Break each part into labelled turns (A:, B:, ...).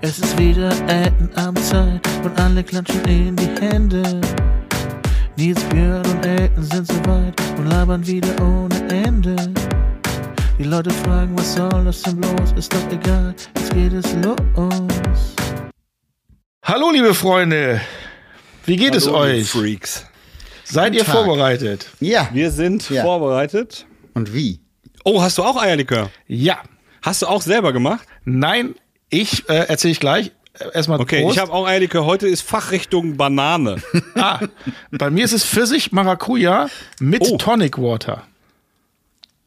A: Es ist wieder Eltenarmzeit und alle klatschen in die Hände. Nils, Björn und Elton sind soweit und labern wieder ohne Ende. Die Leute fragen, was soll das denn bloß? Ist doch egal, jetzt geht es los.
B: Hallo, liebe Freunde. Wie geht es
C: Hallo, ihr
B: euch?
C: Freaks.
B: Seid ihr
A: Tag.
B: vorbereitet?
C: Ja.
D: Wir sind
C: Ja.
D: vorbereitet.
C: Und wie?
D: Oh, hast du auch Eierlikör?
B: Ja.
D: Hast du auch selber gemacht?
B: Nein, ich äh, erzähle ich gleich. Äh, Erstmal
D: Okay,
B: Prost.
D: ich habe auch Eierlikör. Heute ist Fachrichtung Banane.
B: ah, bei mir ist es Pfirsich Maracuja mit
D: Oh.
B: Tonic Water.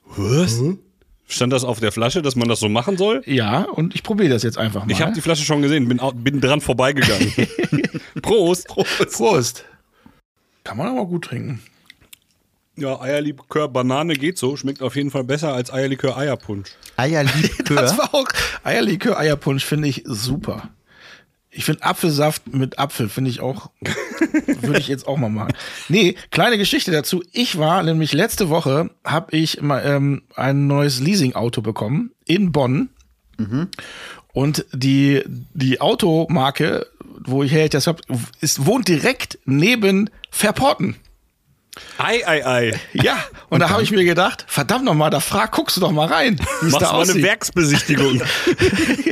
D: Was? Hm? Stand das auf der Flasche, dass man das so machen soll?
B: Ja, und ich probiere das jetzt einfach mal.
D: Ich habe die Flasche schon gesehen, bin, au- bin dran vorbeigegangen. Prost. Prost.
B: Prost. Kann man aber gut trinken.
D: Ja, Eierlikör Banane geht so. Schmeckt auf jeden Fall besser als Eierlikör Eierpunsch.
B: Das
C: Eierlikör.
B: war auch Eierlikör, Eierpunsch finde ich super. Ich finde Apfelsaft mit Apfel finde ich auch, würde ich jetzt auch mal machen. Nee, kleine Geschichte dazu. Ich war nämlich letzte Woche, habe ich mal, ähm, ein neues Leasing-Auto bekommen in Bonn.
D: Mhm.
B: Und die, die Automarke, wo ich hält, das hab, ist, wohnt direkt neben Verporten.
D: Ei, ei, ei.
B: Ja, und, da habe ich mir gedacht, verdammt nochmal, da frag, guckst du doch mal rein. wie's
D: Machst
B: da
D: du mal eine
B: aussieht.
D: Werksbesichtigung.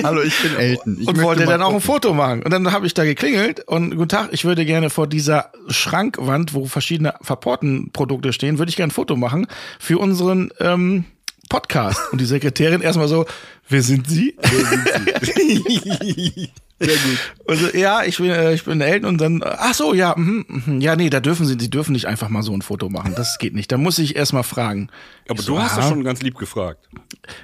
C: Hallo, ich bin Elton. Ich
B: und
C: möchte
B: wollte
C: mal
B: dann auch ein
C: gucken.
B: Foto machen. Und dann habe ich da geklingelt und guten Tag, ich würde gerne vor dieser Schrankwand, wo verschiedene Verporten-Produkte stehen, würde ich gerne ein Foto machen für unseren ähm, Podcast. Und die Sekretärin erstmal so, wer sind Sie? Und so, ja, ich bin, äh, ich bin der Eltern und dann, ach so, ja, mhm, mhm, ja, nee, da dürfen Sie, Sie dürfen nicht einfach mal so ein Foto machen. Das geht nicht. Da muss ich erstmal fragen.
D: Aber
B: Ich so,
D: du hast das
B: aha.
D: schon ganz lieb gefragt.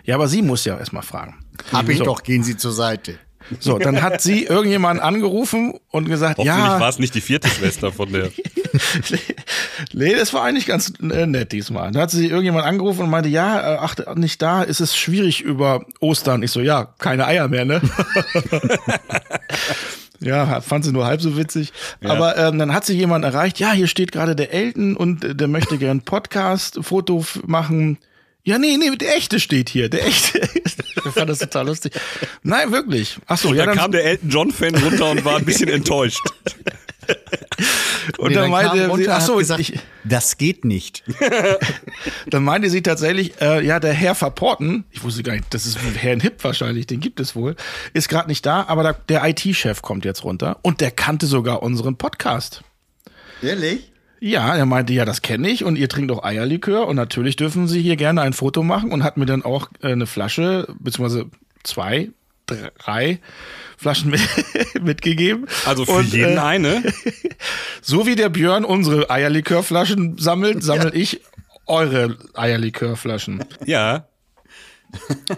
B: Ja, aber sie muss ja erstmal fragen.
C: Hab ich
B: So.
C: doch, gehen Sie zur Seite.
B: So, dann hat sie irgendjemanden angerufen und gesagt,
D: Hoffentlich
B: ja,
D: war es nicht die vierte Schwester von der.
B: nee, das war eigentlich ganz äh, nett diesmal. Dann hat sie irgendjemand angerufen und meinte, ja, äh, ach, nicht da, ist es schwierig über Ostern. Ich so, ja, keine Eier mehr, ne? ja, fand sie nur halb so witzig. Aber ähm, dann hat sie jemand erreicht, ja, hier steht gerade der Elton und äh, der möchte gern Podcast-Foto f- machen. Ja, nee, nee, der echte steht hier, der echte. ich fand das total lustig. Nein, wirklich. Ach so, ja,
D: Da
B: dann
D: kam der Elton John-Fan runter und war ein bisschen enttäuscht.
B: und dann meinte sie, ach so,
C: gesagt,
B: ich,
C: das geht nicht.
B: Dann meinte sie tatsächlich, äh, ja, der Herr Verporten, ich wusste gar nicht, das ist Herrn Hipp wahrscheinlich, den gibt es wohl, ist gerade nicht da, aber da, der IT-Chef kommt jetzt runter und der kannte sogar unseren Podcast.
C: Ehrlich?
B: Ja, er meinte, ja, das kenne ich und ihr trinkt auch Eierlikör und natürlich dürfen Sie hier gerne ein Foto machen und hat mir dann auch äh, eine Flasche, beziehungsweise zwei, drei Flaschen mit, mitgegeben.
D: Also für
B: Und,
D: jeden
B: äh,
D: eine.
B: so wie der Björn unsere Eierlikörflaschen sammelt, sammel ich eure Eierlikörflaschen.
D: Ja.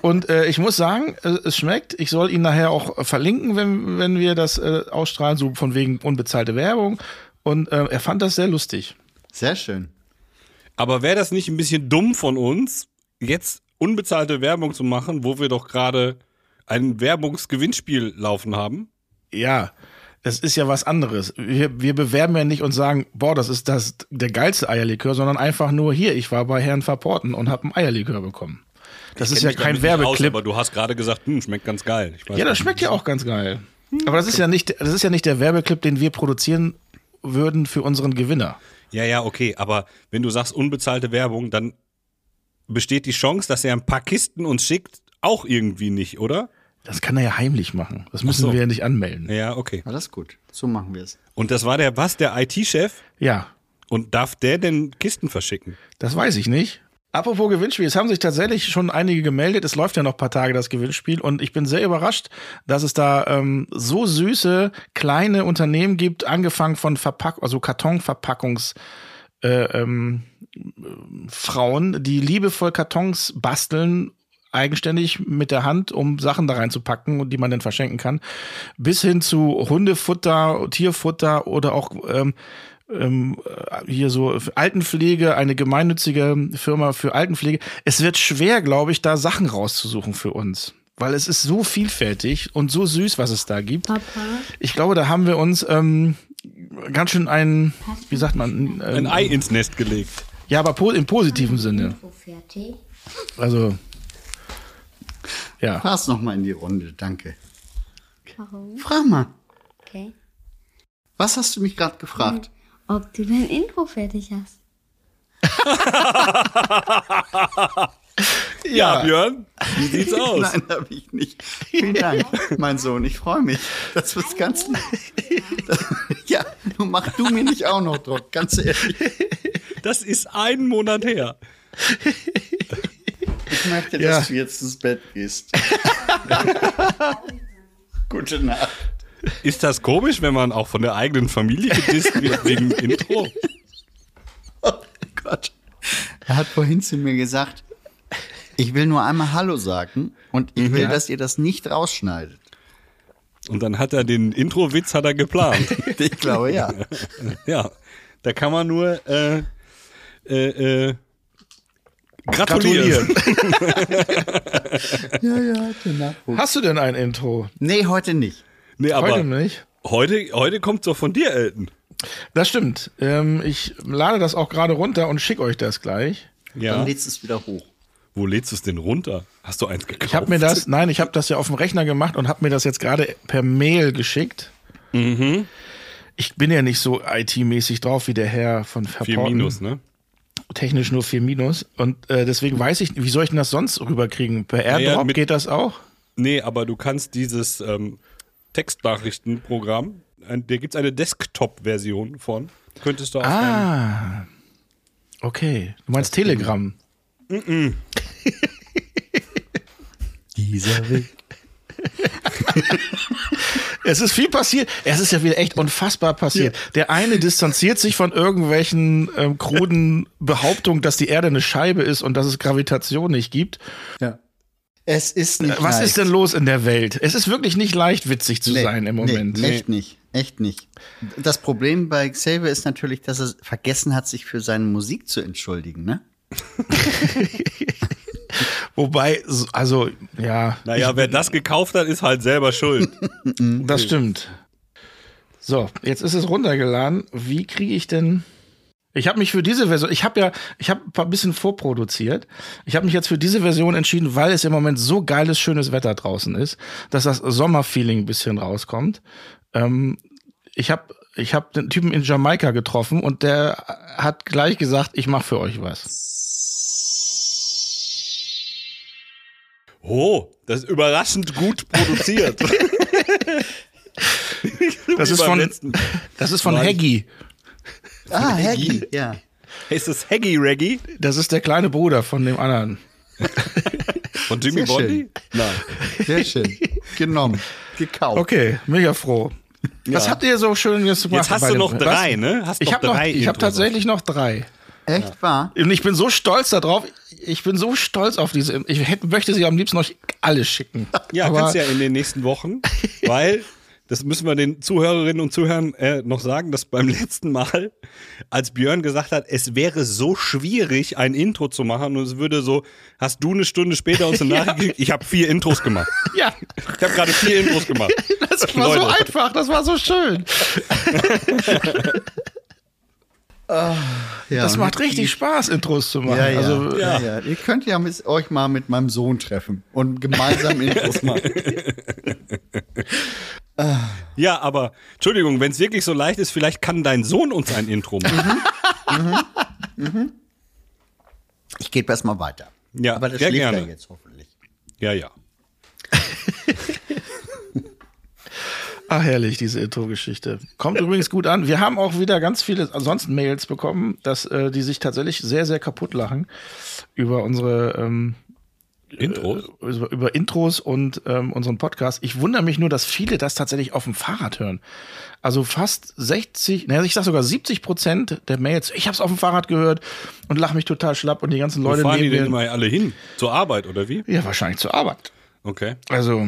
B: Und äh, ich muss sagen, äh, es schmeckt. Ich soll ihn nachher auch äh, verlinken, wenn, wenn wir das äh, ausstrahlen, so von wegen unbezahlte Werbung. Und äh, er fand das sehr lustig.
C: Sehr schön.
D: Aber wäre das nicht ein bisschen dumm von uns, jetzt unbezahlte Werbung zu machen, wo wir doch gerade ein Werbungsgewinnspiel laufen haben?
B: Ja, das ist ja was anderes. Wir, wir bewerben ja nicht und sagen, boah, das ist das der geilste Eierlikör, sondern einfach nur hier. Ich war bei Herrn Verporten und habe einen Eierlikör bekommen. Das ist ja
D: Ich kenn mich
B: kein
D: damit nicht
B: Werbeclip.
D: Aus, aber du hast gerade gesagt, hm, schmeckt ganz geil. Ich weiß
B: Ja, das
D: nicht.
B: schmeckt ja auch ganz geil. Aber das ist ja nicht, das ist ja nicht der Werbeclip, den wir produzieren würden für unseren Gewinner.
D: Ja, ja, okay. Aber wenn du sagst unbezahlte Werbung, dann besteht die Chance, dass er ein paar Kisten uns schickt, auch irgendwie nicht, oder?
B: Das kann er ja heimlich machen. Das müssen
D: so.
B: wir ja nicht anmelden.
D: Ja, okay.
C: War das gut? So machen wir es.
D: Und das war der was, der IT-Chef?
B: Ja,
D: Und darf der denn Kisten verschicken?
B: das weiß ich nicht. Apropos Gewinnspiel, es haben sich tatsächlich schon einige gemeldet. Es läuft ja noch ein paar Tage das Gewinnspiel und ich bin sehr überrascht, dass es da ähm, so süße kleine Unternehmen gibt, angefangen von Verpack also Kartonverpackungs äh, ähm, äh, Frauen, die liebevoll Kartons basteln, eigenständig mit der Hand, um Sachen da reinzupacken und die man dann verschenken kann, bis hin zu Hundefutter, Tierfutter oder auch ähm, ähm, äh, hier so für Altenpflege, eine gemeinnützige Firma für Altenpflege. Es wird schwer, glaube ich, da Sachen rauszusuchen für uns. Weil es ist so vielfältig und so süß, was es da gibt. Ich glaube, da haben wir uns ähm, ganz schön einen, wie sagt man,
D: Ein
B: ähm,
D: Ei ins Nest gelegt.
B: ja, aber po im positiven Sinne.
E: Info fertig.
B: Also. Ja.
C: Fahr's nochmal in die Runde, danke. Frag mal,
E: Okay.
C: was hast du mich gerade gefragt?
E: Ob du dein Intro fertig hast.
D: Ja, Björn, wie sieht's aus?
C: Nein, habe ich nicht. Vielen Dank, mein Sohn. Ich freue mich. Das wird ganz. ja, nun mach du mir nicht auch noch Druck, ganz ehrlich.
D: Das ist einen Monat her.
C: Ich möchte,
B: Ja.
C: dass du jetzt ins Bett gehst. Gute Nacht.
D: Ist das komisch, wenn man auch von der eigenen Familie gedisst wird wegen dem Intro?
C: Oh Gott. Er hat vorhin zu mir gesagt, ich will nur einmal Hallo sagen und ich will, dass ihr das nicht rausschneidet.
D: Und dann hat er den Intro-Witz hat er geplant.
C: Ich glaube ja.
D: ja, da kann man nur äh, äh, äh, gratulieren.
C: ja, ja, der Nachwuchs.
B: Hast du denn ein Intro?
C: Nee, heute nicht.
D: Nee,
B: Heute
D: aber
B: nicht.
D: heute, heute kommt doch von dir, Elton.
B: Das stimmt. Ähm, ich lade das auch gerade runter und schicke euch das gleich.
D: Ja.
C: Dann lädst du es wieder hoch.
D: Wo lädst du es denn runter? Hast du eins gekauft?
B: Ich habe mir das, nein, ich habe das ja auf dem Rechner gemacht und habe mir das jetzt gerade per Mail geschickt.
D: Mhm.
B: Ich bin ja nicht so IT-mäßig drauf wie der Herr von
D: Vier
B: Verporten.
D: Minus, ne?
B: Technisch nur 4 Minus. Und äh, deswegen weiß ich, wie soll ich denn das sonst rüberkriegen? Per
D: ja,
B: AirDrop
D: mit-
B: geht das auch?
D: Nee, aber du kannst dieses ähm, Textnachrichtenprogramm, ein- da gibt's eine Desktop-Version von. Könntest du auf deinem-
B: Ah. Okay. Du meinst Telegram.
C: Dieser Weg.
B: Es ist viel passiert. Es ist ja wieder echt unfassbar passiert. Der eine distanziert sich von irgendwelchen ähm, kruden Behauptungen, dass die Erde eine Scheibe ist und dass es Gravitation nicht gibt.
C: Ja. Es ist nicht
B: Was
C: leicht.
B: ist denn los in der Welt? Es ist wirklich nicht leicht, witzig zu
C: Nee,
B: sein im Moment.
C: Nee, echt nicht. Echt nicht. Das Problem bei Xavier ist natürlich, dass er vergessen hat, sich für seine Musik zu entschuldigen, ne?
B: Wobei, so- also, ja,
D: Naja, wer das gekauft hat, ist halt selber schuld.
B: das
D: Hm.
B: stimmt. So, jetzt ist es runtergeladen. Wie kriege ich denn. Ich habe mich für diese Version, ich habe ja, ich habe ein paar bisschen vorproduziert. Ich habe mich jetzt für diese Version entschieden, weil es im Moment so geiles, schönes Wetter draußen ist, dass das Sommerfeeling ein bisschen rauskommt. Ähm, ich habe ich hab den Typen in Jamaika getroffen und der hat gleich gesagt, ich mache für euch was.
D: Oh, das ist überraschend gut produziert.
B: Das
D: Wie
B: ist
D: beim
B: von,
D: letzten.
B: das ist von
D: Nein.
B: Heggy.
C: Ah, Haggy. Ja.
D: Ist das Haggy Reggie
B: Das ist der kleine Bruder von dem anderen.
D: von Jimmy
C: Sehr schön.
D: Bondi? Nein.
C: Sehr schön. Genommen. Gekauft.
B: Okay, mega froh. Was habt ihr so schön jetzt gemacht?
D: Jetzt hast
B: bei
D: du
B: dem-
D: noch
B: Was?
D: drei, ne? Hast
B: ich
D: noch
B: habe noch,
D: drei
B: ich habe
D: Intros.
B: tatsächlich noch drei.
C: Echt wahr?
B: Und ich bin so stolz darauf. Ich bin so stolz auf diese. Ich hätte, möchte sie am liebsten noch alle schicken.
D: Ja,
B: Aber-
D: kannst ja in den nächsten Wochen, weil das müssen wir den Zuhörerinnen und Zuhörern äh, noch sagen, dass beim letzten Mal, als Björn gesagt hat, es wäre so schwierig, ein Intro zu machen und es würde so, hast du eine Stunde später uns eine Nachricht gekriegt, ich habe vier Intros gemacht.
B: Ja,
D: Ich habe gerade vier Intros gemacht.
B: das war so
D: Leute.
B: einfach. Das war so schön.
C: Ja,
B: Das
C: und-
B: macht richtig Spaß, Intros zu machen.
C: Ja, ja.
B: Also,
C: ja. ja. Ihr könnt ja mit, euch mal mit meinem Sohn treffen und gemeinsam Infos machen.
D: Ja, aber Entschuldigung, wenn es wirklich so leicht ist, vielleicht kann dein Sohn uns ein Intro
B: Mhm.
D: machen.
C: Ich gebe erstmal weiter.
D: Ja,
C: aber das
D: sehr
C: schläft
D: gerne.
C: er jetzt hoffentlich.
D: ja, ja.
B: Ach, herrlich, diese Intro-Geschichte. Kommt übrigens gut an. Wir haben auch wieder ganz viele ansonsten Mails bekommen, dass äh, die sich tatsächlich sehr, sehr kaputt lachen über unsere ähm,
C: Äh,
D: Intros?
B: über, über Intros und ähm, unseren Podcast. Ich wundere mich nur, dass viele das tatsächlich auf dem Fahrrad hören. Also fast 60, naja, ich sag sogar 70 Prozent der Mails, ich hab's auf dem Fahrrad gehört und lache mich total schlapp und die ganzen
D: Wo
B: Leute
D: fahren die denn
B: neben mir.
D: immer alle hin? Zur Arbeit oder wie?
B: Ja, wahrscheinlich zur Arbeit.
D: Okay.
B: Also,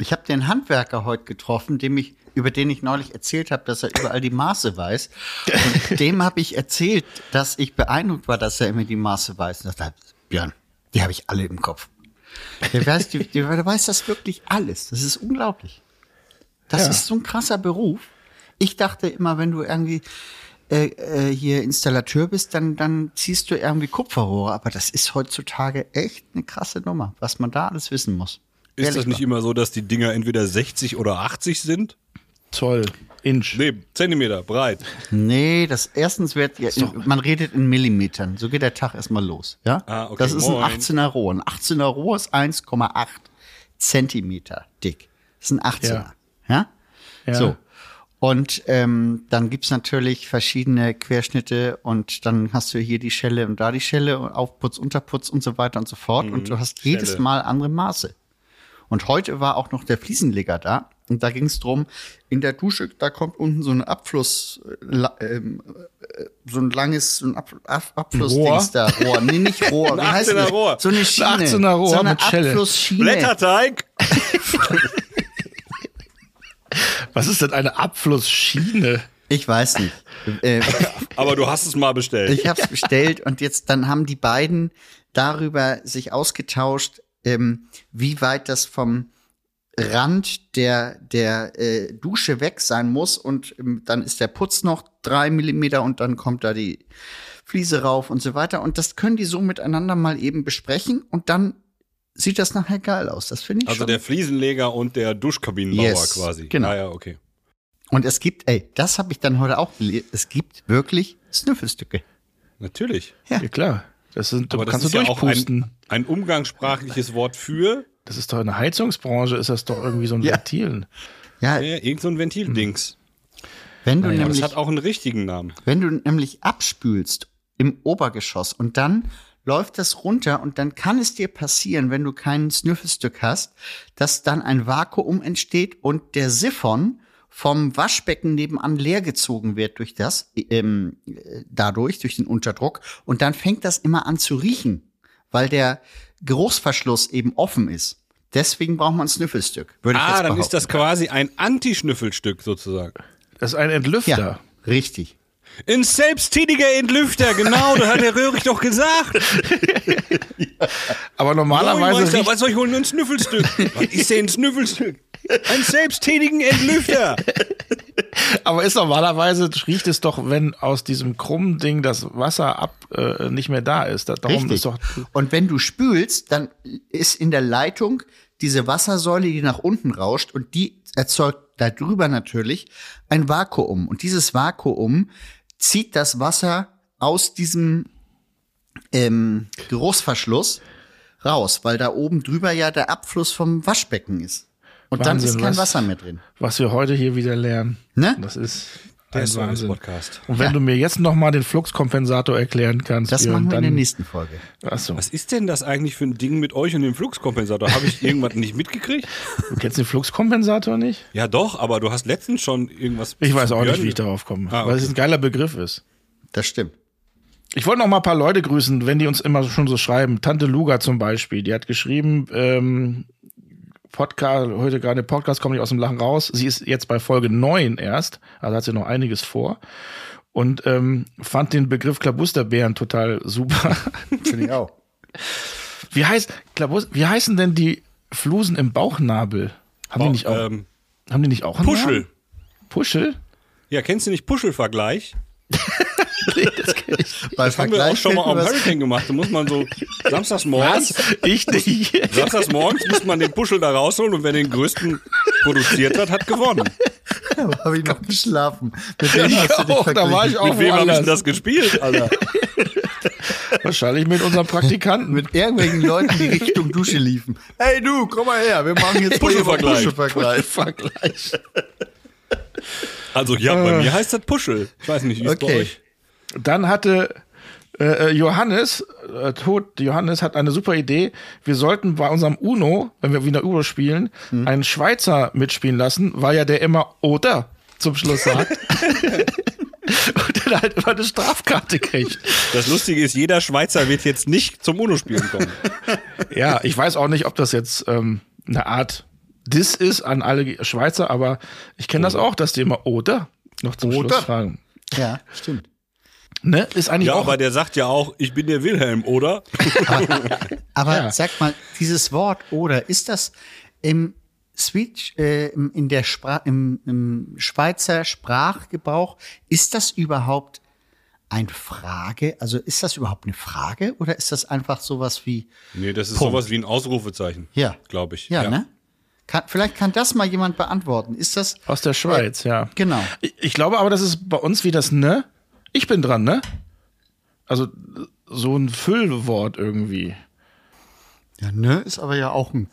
C: Ich habe den Handwerker heute getroffen, dem ich, über den ich neulich erzählt habe, dass er überall die Maße weiß. Und dem habe ich erzählt, dass ich beeindruckt war, dass er immer die Maße weiß. Und dachte, Björn, die habe ich alle im Kopf. Der weiß, die, der, weiß das wirklich alles. Das ist unglaublich. Das
B: Ja.
C: ist so ein krasser Beruf. Ich dachte immer, wenn du irgendwie äh, äh, hier Installateur bist, dann, dann ziehst du irgendwie Kupferrohre. Aber das ist heutzutage echt eine krasse Nummer, was man da alles wissen muss.
D: Ist das
C: Ehrlich
D: nicht
C: mal.
D: immer so, dass die Dinger entweder 60 oder 80 sind?
B: Toll. Inch.
D: Nee, Zentimeter breit.
C: Nee, das erstens wird ja, man redet in Millimetern. So geht der Tag erstmal los. Ja?
D: Ah, okay.
C: Das ist ein
D: Moin.
C: 18er Rohr. Ein 18er Rohr ist 1,8 Zentimeter dick. Das ist ein 18er. Ja?
B: Ja.
C: So. Und ähm, dann gibt's natürlich verschiedene Querschnitte und dann hast du hier die Schelle und da die Schelle und Aufputz, Unterputz und so weiter und so fort. und du hast jedes
D: Mhm. Schelle.
C: Mal andere Maße. Und heute war auch noch der Fliesenleger da. Und da ging es drum, in der Dusche, da kommt unten so ein Abfluss, äh, la- ähm, äh, so ein langes, so ein Ab Ab Abflussdings
B: Rohr?
C: da. Rohr. Nee, nicht Rohr. Wie
D: Ein
C: heißt das?
D: 18er Rohr.
C: So eine Schiene.
B: 18er Rohr
C: so eine
B: mit Schelle.
C: Abflussschiene.
D: Blätterteig!
B: Was ist denn eine Abflussschiene?
C: Ich weiß nicht. Äh,
D: Aber du hast es mal bestellt.
C: Ich habe es bestellt und jetzt dann haben die beiden darüber sich ausgetauscht, ähm, wie weit das vom Rand der der äh, Dusche weg sein muss und ähm, dann ist der Putz noch drei Millimeter und dann kommt da die Fliese rauf und so weiter und das können die so miteinander mal eben besprechen und dann sieht das nachher geil aus. Das finde ich
D: also
C: schon.
D: der Fliesenleger und der Duschkabinenbauer
C: Yes,
D: quasi.
C: genau.
D: Ah, ja, okay.
C: und es gibt, ey, das habe ich dann heute auch gelesen. Es gibt wirklich Snüffelstücke.
D: Natürlich.
B: Ja, klar. Das sind,
D: Aber
B: du
D: das
B: kannst
D: ist
B: du
D: ja auch
B: durchpusten.
D: ein, ein umgangssprachliches Wort für
B: das ist doch in der Heizungsbranche, ist das doch irgendwie so ein
C: Ja.
B: Ventil.
C: Ja,
D: äh, irgend so ein Ventildings.
C: Hm. wenn du
D: Aber
C: nämlich
D: das hat auch einen richtigen Namen.
C: Wenn du nämlich abspülst im Obergeschoss und dann läuft das runter und dann kann es dir passieren, wenn du kein Snüffelstück hast, dass dann ein Vakuum entsteht und der Siphon vom Waschbecken nebenan leergezogen wird durch das, ähm, dadurch, durch den Unterdruck. Und dann fängt das immer an zu riechen, weil der Geruchsverschluss eben offen ist. Deswegen braucht man ein Snüffelstück, würde ich
D: Ah,
C: jetzt
D: dann
C: behaupten.
D: ist das quasi ein Anti-Schnüffelstück sozusagen.
B: Das ist ein Entlüfter.
C: ja, richtig.
D: Ein selbsttätiger Entlüfter, genau, das hat der Röhrig doch gesagt.
B: Aber normalerweise
D: Meister,
B: riecht,
D: was soll ich holen? Ein Schnüffelstück. Was ist denn ein Schnüffelstück? Ein selbsttätigen Entlüfter.
B: aber ist normalerweise riecht es doch, wenn aus diesem krummen Ding das Wasser ab äh, nicht mehr da ist. Da- Darum
C: Richtig.
B: ist doch
C: und wenn du spülst, dann ist in der Leitung diese Wassersäule, die nach unten rauscht und die erzeugt darüber natürlich ein Vakuum. Und dieses Vakuum zieht das Wasser aus diesem ähm, Geruchsverschluss raus, weil da oben drüber ja der Abfluss vom Waschbecken ist. Und dann
B: Wahnsinn,
C: ist kein
B: was-
C: Wasser mehr drin.
B: was wir heute hier wieder lernen.
C: Ne?
B: Das ist
D: Der
B: ein Wahnsinn.
D: Podcast.
B: Und wenn du mir jetzt noch mal den Fluxkompensator erklären kannst,
C: Das
B: Björn,
C: machen wir in
B: dann,
C: der nächsten Folge.
B: Achso,
D: Was ist denn das eigentlich für ein Ding mit euch und dem Fluxkompensator? Habe ich irgendwas nicht mitgekriegt?
B: du kennst den Fluxkompensator nicht?
D: Ja, doch, aber du hast letztens schon irgendwas.
B: Ich weiß auch
D: Björn-
B: nicht, wie ich darauf komme,
D: Ah,
B: weil
D: okay.
B: es ein geiler Begriff ist.
C: Das stimmt.
B: Ich wollte noch mal ein paar Leute grüßen, wenn die uns immer schon so schreiben. Tante Luga zum Beispiel, die hat geschrieben, ähm, Podcast, heute gerade Podcast, komme ich aus dem Lachen raus. Sie ist jetzt bei Folge 9 erst, also hat sie noch einiges vor. Und ähm, fand den Begriff Klabusterbären total super.
C: Finde ich auch.
B: Wie, heißt, Klabus, wie heißen denn die Flusen im Bauchnabel? Haben, die, nicht auch,
D: Ähm,
B: haben die nicht auch einen
D: Puschel.
B: Namen? Puschel?
D: Ja, kennst du nicht Puschel-Vergleich?
C: Bei
D: Das haben wir auch schon mal am
C: was-
D: Hurricane gemacht. Da muss man so samstags morgens,
B: Ich nicht.
D: samstags morgens muss man den Puschel da rausholen und wer den größten produziert hat, hat gewonnen.
C: habe ich noch geschlafen. Mit wem hast du dich
B: auch, da war
C: verglichen?
B: ich auch
D: Mit wem habe ich denn
B: woanders.
D: das gespielt, Alter?
B: Wahrscheinlich mit unserem Praktikanten.
C: mit irgendwelchen Leuten, die Richtung Dusche liefen. Hey du, komm mal her, wir machen jetzt
D: Puschelvergleich.
C: Puschelvergleich.
B: Vergleich.
D: Also ja, bei mir heißt das Puschel. Ich weiß nicht, wie es bei
C: Okay.
D: euch.
B: Dann hatte äh, äh, Johannes, äh, Tod, Johannes hat eine super Idee. Wir sollten bei unserem Uno, wenn wir wieder Uno spielen,
D: Hm.
B: einen Schweizer mitspielen lassen, weil ja der immer oder zum Schluss sagt. Und dann halt immer eine Strafkarte kriegt.
D: Das Lustige ist, jeder Schweizer wird jetzt nicht zum UNO-Spielen kommen.
B: Ja, ich weiß auch nicht, ob das jetzt ähm, eine Art Diss ist an alle Schweizer, aber ich kenne das auch, dass die immer oder noch zum Schluss
C: Oder?
B: fragen.
C: Ja, stimmt.
B: Ne? Ist eigentlich
D: Ja,
B: auch
D: aber der sagt ja auch, ich bin der Wilhelm, oder?
C: Aber
B: Ja.
C: sag mal, dieses Wort oder ist das im Switch, äh, im- in der Spra im, im Schweizer Sprachgebrauch, ist das überhaupt ein Frage? Also ist das überhaupt eine Frage oder ist das einfach sowas wie,
D: Nee, das ist
C: Punkt.
D: sowas wie ein Ausrufezeichen.
C: ja.
D: Glaube ich.
C: Ja, ne? Kann, vielleicht kann das mal jemand beantworten. Ist das,
B: Aus der Schweiz, ja.
C: genau.
B: Ich, ich glaube aber, das ist bei uns wie das Ne. Ich bin dran, ne? Also so ein Füllwort irgendwie.
C: Ja, ne, ist aber ja auch ein,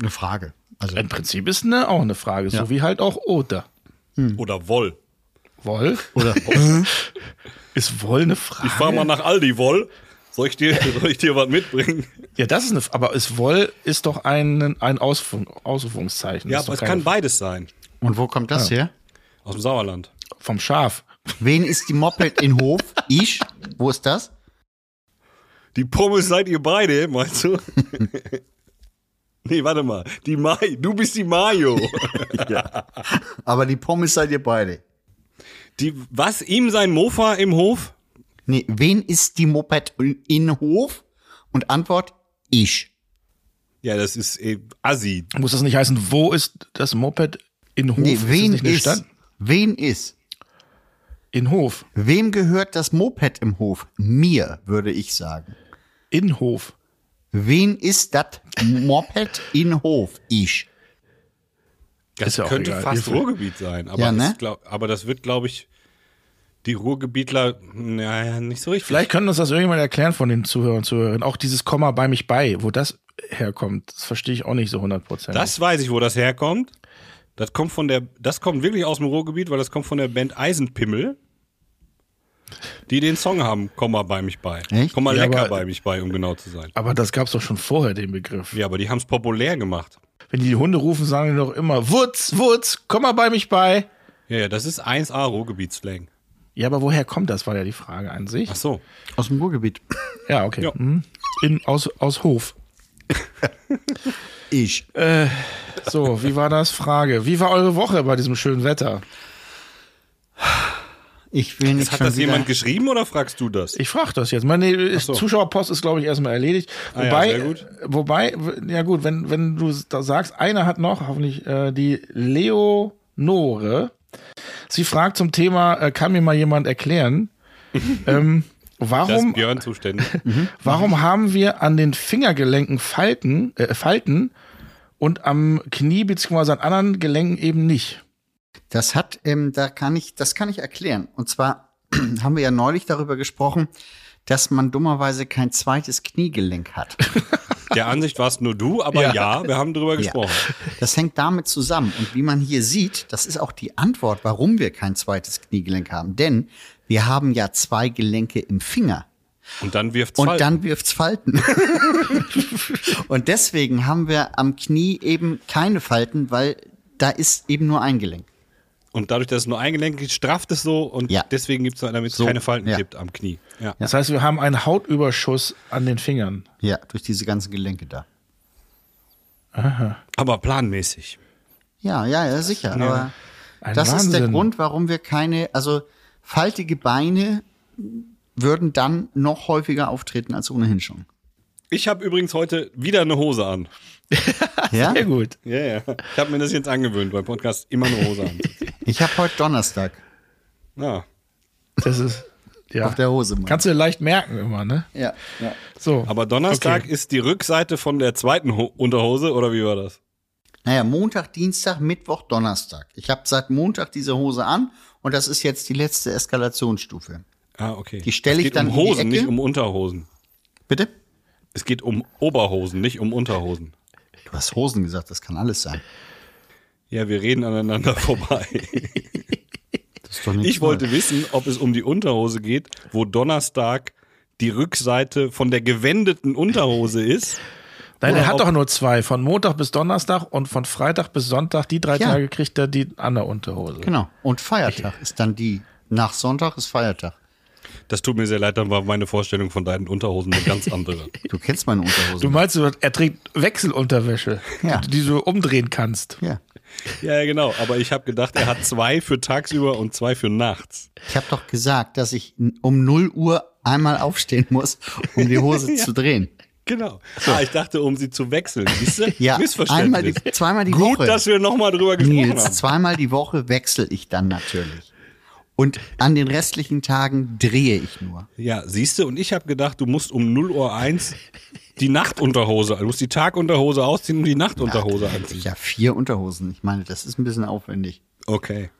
C: eine Frage. Also,
B: Im Prinzip ist Ne auch eine Frage, so
C: Ja.
B: wie halt auch Oder.
D: Oder Woll.
B: Woll?
C: oder,
B: Ist Woll eine
D: Ich fahr
B: Frage?
D: mal nach Aldi, Woll. Soll ich dir, soll ich dir was mitbringen?
B: Ja, das ist eine Frage. Aber ist Woll ist doch ein, ein Ausrufung, Ausrufungszeichen.
D: Ja,
B: Ist
D: aber
B: doch
D: es
B: keine-
D: kann beides sein.
C: und wo kommt das her?
D: Aus dem Sauerland.
B: Vom Schaf.
C: Wen ist die Moped in Hof? Ich? Wo ist das?
D: Die Pommes seid ihr beide, meinst du? nee, warte mal. Die Mai, du bist die Mayo.
C: Aber die Pommes seid ihr beide.
D: die, was, ihm sein Mofa im Hof?
C: Nee, wen ist die Moped in Hof? Und Antwort, ich.
D: Ja, das ist äh, Assi.
B: Muss das nicht heißen, wo ist das Moped? In Hof?
C: Nee,
B: Ist das
C: wen
B: nicht eine
C: ist,
B: Stadt?
C: wen ist?
B: In Hof.
C: Wem gehört das Moped im Hof? Mir, würde ich sagen.
B: In Hof.
C: Wen ist das Moped in Hof? Ich.
D: Das
B: Ist ja auch
D: könnte
B: egal.
D: fast
B: Ihr-
D: Ruhrgebiet sein. Aber,
C: Ja, ne?
D: das, glaub, aber das wird, glaube ich, die Ruhrgebietler, naja, nicht so richtig.
B: Vielleicht können uns das irgendjemand erklären von den Zuhörern und Zuhörerinnen. Auch dieses Komma bei mich bei, wo das herkommt, das verstehe ich auch nicht so 100 Prozent.
D: Das weiß ich, wo das herkommt. Das kommt von der, das kommt wirklich aus dem Ruhrgebiet, weil das kommt von der Band Eisenpimmel, die den Song haben, komm mal bei mich bei.
C: Echt?
D: Komm mal
B: Ja,
D: lecker
B: aber-
D: bei mich bei, um genau zu sein.
B: Aber das gab es doch schon vorher, den Begriff.
D: Ja, aber die haben es populär gemacht.
B: Wenn die, die Hunde rufen, sagen die doch immer, Wutz, Wutz, komm mal bei mich bei.
D: Ja, ja, das ist 1A Ruhrgebiet-Slang.
B: Ja, aber woher kommt das, war ja die Frage an sich.
D: Ach so.
C: Aus dem Ruhrgebiet.
B: Ja, okay.
D: Ja.
B: Mhm. In, aus, aus Hof.
C: Ich.
B: So, wie war das? Frage. Wie war eure Woche bei diesem schönen Wetter?
C: Ich will nicht
D: Hat
C: schon
D: das
C: wieder-
D: jemand geschrieben oder fragst du das?
B: Ich frage das jetzt. Meine
D: so.
B: Zuschauerpost ist, glaube ich, erstmal erledigt.
D: Ah ja,
B: wobei,
D: sehr gut.
B: wobei, w- ja gut, wenn, wenn du da sagst, einer hat noch, hoffentlich, äh, die Leonore. Sie fragt zum Thema, äh, kann mir mal jemand erklären, ähm,
D: Da ist
B: warum,
D: Björn zuständig.
B: warum haben wir an den Fingergelenken Falten, äh, Falten und am Knie beziehungsweise an anderen Gelenken eben nicht?
C: Das hat, ähm, da kann ich, das kann ich erklären. Und zwar haben wir ja neulich darüber gesprochen, dass man dummerweise kein zweites Kniegelenk hat.
D: Der Ansicht warst nur du, aber ja,
B: Ja.
D: wir haben drüber gesprochen.
C: Das hängt damit zusammen. Und wie man hier sieht, das ist auch die Antwort, warum wir kein zweites Kniegelenk haben. Denn wir haben ja zwei Gelenke im Finger.
D: Und dann wirft's
C: Und
D: Falten.
C: dann wirft's Falten. und deswegen haben wir am Knie eben keine Falten, weil da ist eben nur ein Gelenk.
D: Und dadurch, dass es nur ein Gelenk gibt, strafft es so und
C: Ja.
D: deswegen gibt es damit es
C: So,
D: keine Falten
C: ja.
D: gibt am Knie. Ja.
B: Das heißt, wir haben einen Hautüberschuss an den Fingern.
C: Ja, durch diese ganzen Gelenke da.
D: Aber planmäßig.
C: Ja, ja, ja, sicher. Aber
B: Ein
C: das ist der
B: Wahnsinn.
C: Grund, warum wir keine, also faltige Beine würden dann noch häufiger auftreten als ohnehin schon.
D: Ich habe übrigens heute wieder eine Hose an.
C: Ja?
B: Sehr gut.
D: Ja, ja. Ich habe mir das jetzt angewöhnt, beim Podcast immer eine Hose an.
C: Ich habe heute Donnerstag
D: Ja.
B: Das ist ja.
C: auf der Hose. Mann.
B: Kannst du leicht merken immer, ne?
C: ja, ja.
B: So.
D: Aber Donnerstag
B: Okay.
D: ist die Rückseite von der zweiten Ho Unterhose, oder wie war das?
C: Naja, Montag, Dienstag, Mittwoch, Donnerstag. Ich habe seit Montag diese Hose an und das ist jetzt die letzte Eskalationsstufe.
D: Ah, okay.
C: Die stelle ich
D: es geht
C: dann
D: um
C: in die
D: Hosen,
C: Ecke.
D: nicht um Unterhosen.
C: Bitte?
D: Es geht um Oberhosen, nicht um Unterhosen.
C: Du hast Hosen gesagt, das kann alles sein.
D: Ja, wir reden aneinander vorbei.
C: Das ist doch nichts
D: Ich wollte wissen, ob es um die Unterhose geht, wo Donnerstag die Rückseite von der gewendeten Unterhose ist.
B: Nein, er
D: Oder
B: hat
D: ob-
B: doch nur zwei. Von Montag bis Donnerstag und von Freitag bis Sonntag, die drei
C: Ja.
B: Tage kriegt er die andere Unterhose.
C: Neues. Genau. Und Feiertag ist dann die. Nach Sonntag ist Feiertag.
D: Das tut mir sehr leid, dann war meine Vorstellung von deinen Unterhosen eine ganz andere.
C: Du kennst meine
B: Du
C: Unterhose.
B: meinst, er trägt Wechselunterwäsche,
C: Ja.
B: die du umdrehen kannst.
C: ja.
D: ja, ja, genau. Aber ich habe gedacht, er hat zwei für tagsüber und zwei für nachts.
C: Ich habe doch gesagt, dass ich n- um 0 Uhr einmal aufstehen muss, um die Hose zu drehen.
D: Genau. Ah, ich dachte, um sie zu wechseln. Siehst du?
C: Ja,
D: Missverständnis.
C: einmal die, zweimal die
D: Gut,
C: Woche.
D: dass wir nochmal drüber gesprochen
C: Nils,
D: haben.
C: zweimal die Woche wechsle ich dann natürlich. Und an den restlichen Tagen drehe ich nur.
D: Ja, siehst du, und ich habe gedacht, du musst um 0 Uhr 1 die Nachtunterhose, also du musst die Tagunterhose ausziehen und die Nachtunterhose anziehen.
C: Ja, vier Unterhosen. Ich meine, das ist ein bisschen aufwendig.
D: Okay.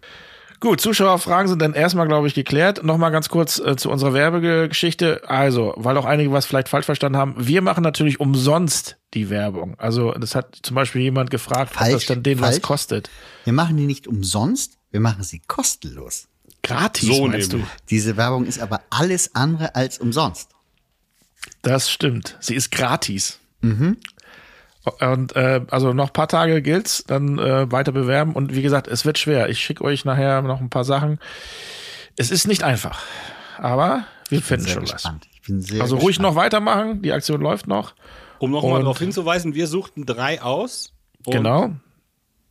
B: Gut, Zuschauerfragen sind dann erstmal, glaube ich, geklärt. Nochmal ganz kurz äh, zu unserer Werbegeschichte. Also, weil auch einige was vielleicht falsch verstanden haben. Wir machen natürlich umsonst die Werbung. Also, das hat zum Beispiel jemand gefragt, ob das
C: Falsch,
B: dann denen was
C: falsch.
B: kostet.
C: Wir machen die nicht umsonst, wir machen sie kostenlos.
B: Gratis,
D: So
B: meinst du?
D: nämlich.
C: Diese Werbung ist aber alles andere als umsonst.
B: Das stimmt. Sie ist gratis. Mhm. Und äh, also noch ein paar Tage gilt's, dann äh, weiter bewerben. Und wie gesagt, es wird schwer. Ich schicke euch nachher noch ein paar Sachen. Es ist nicht einfach. Aber wir finden
C: Sehr
B: schon
C: gespannt. Ich bin
B: was.
C: sehr
B: Also ruhig noch weitermachen. Die Aktion läuft noch.
D: Um nochmal
B: Und-
D: darauf hinzuweisen, wir suchten drei aus. Und
B: Genau.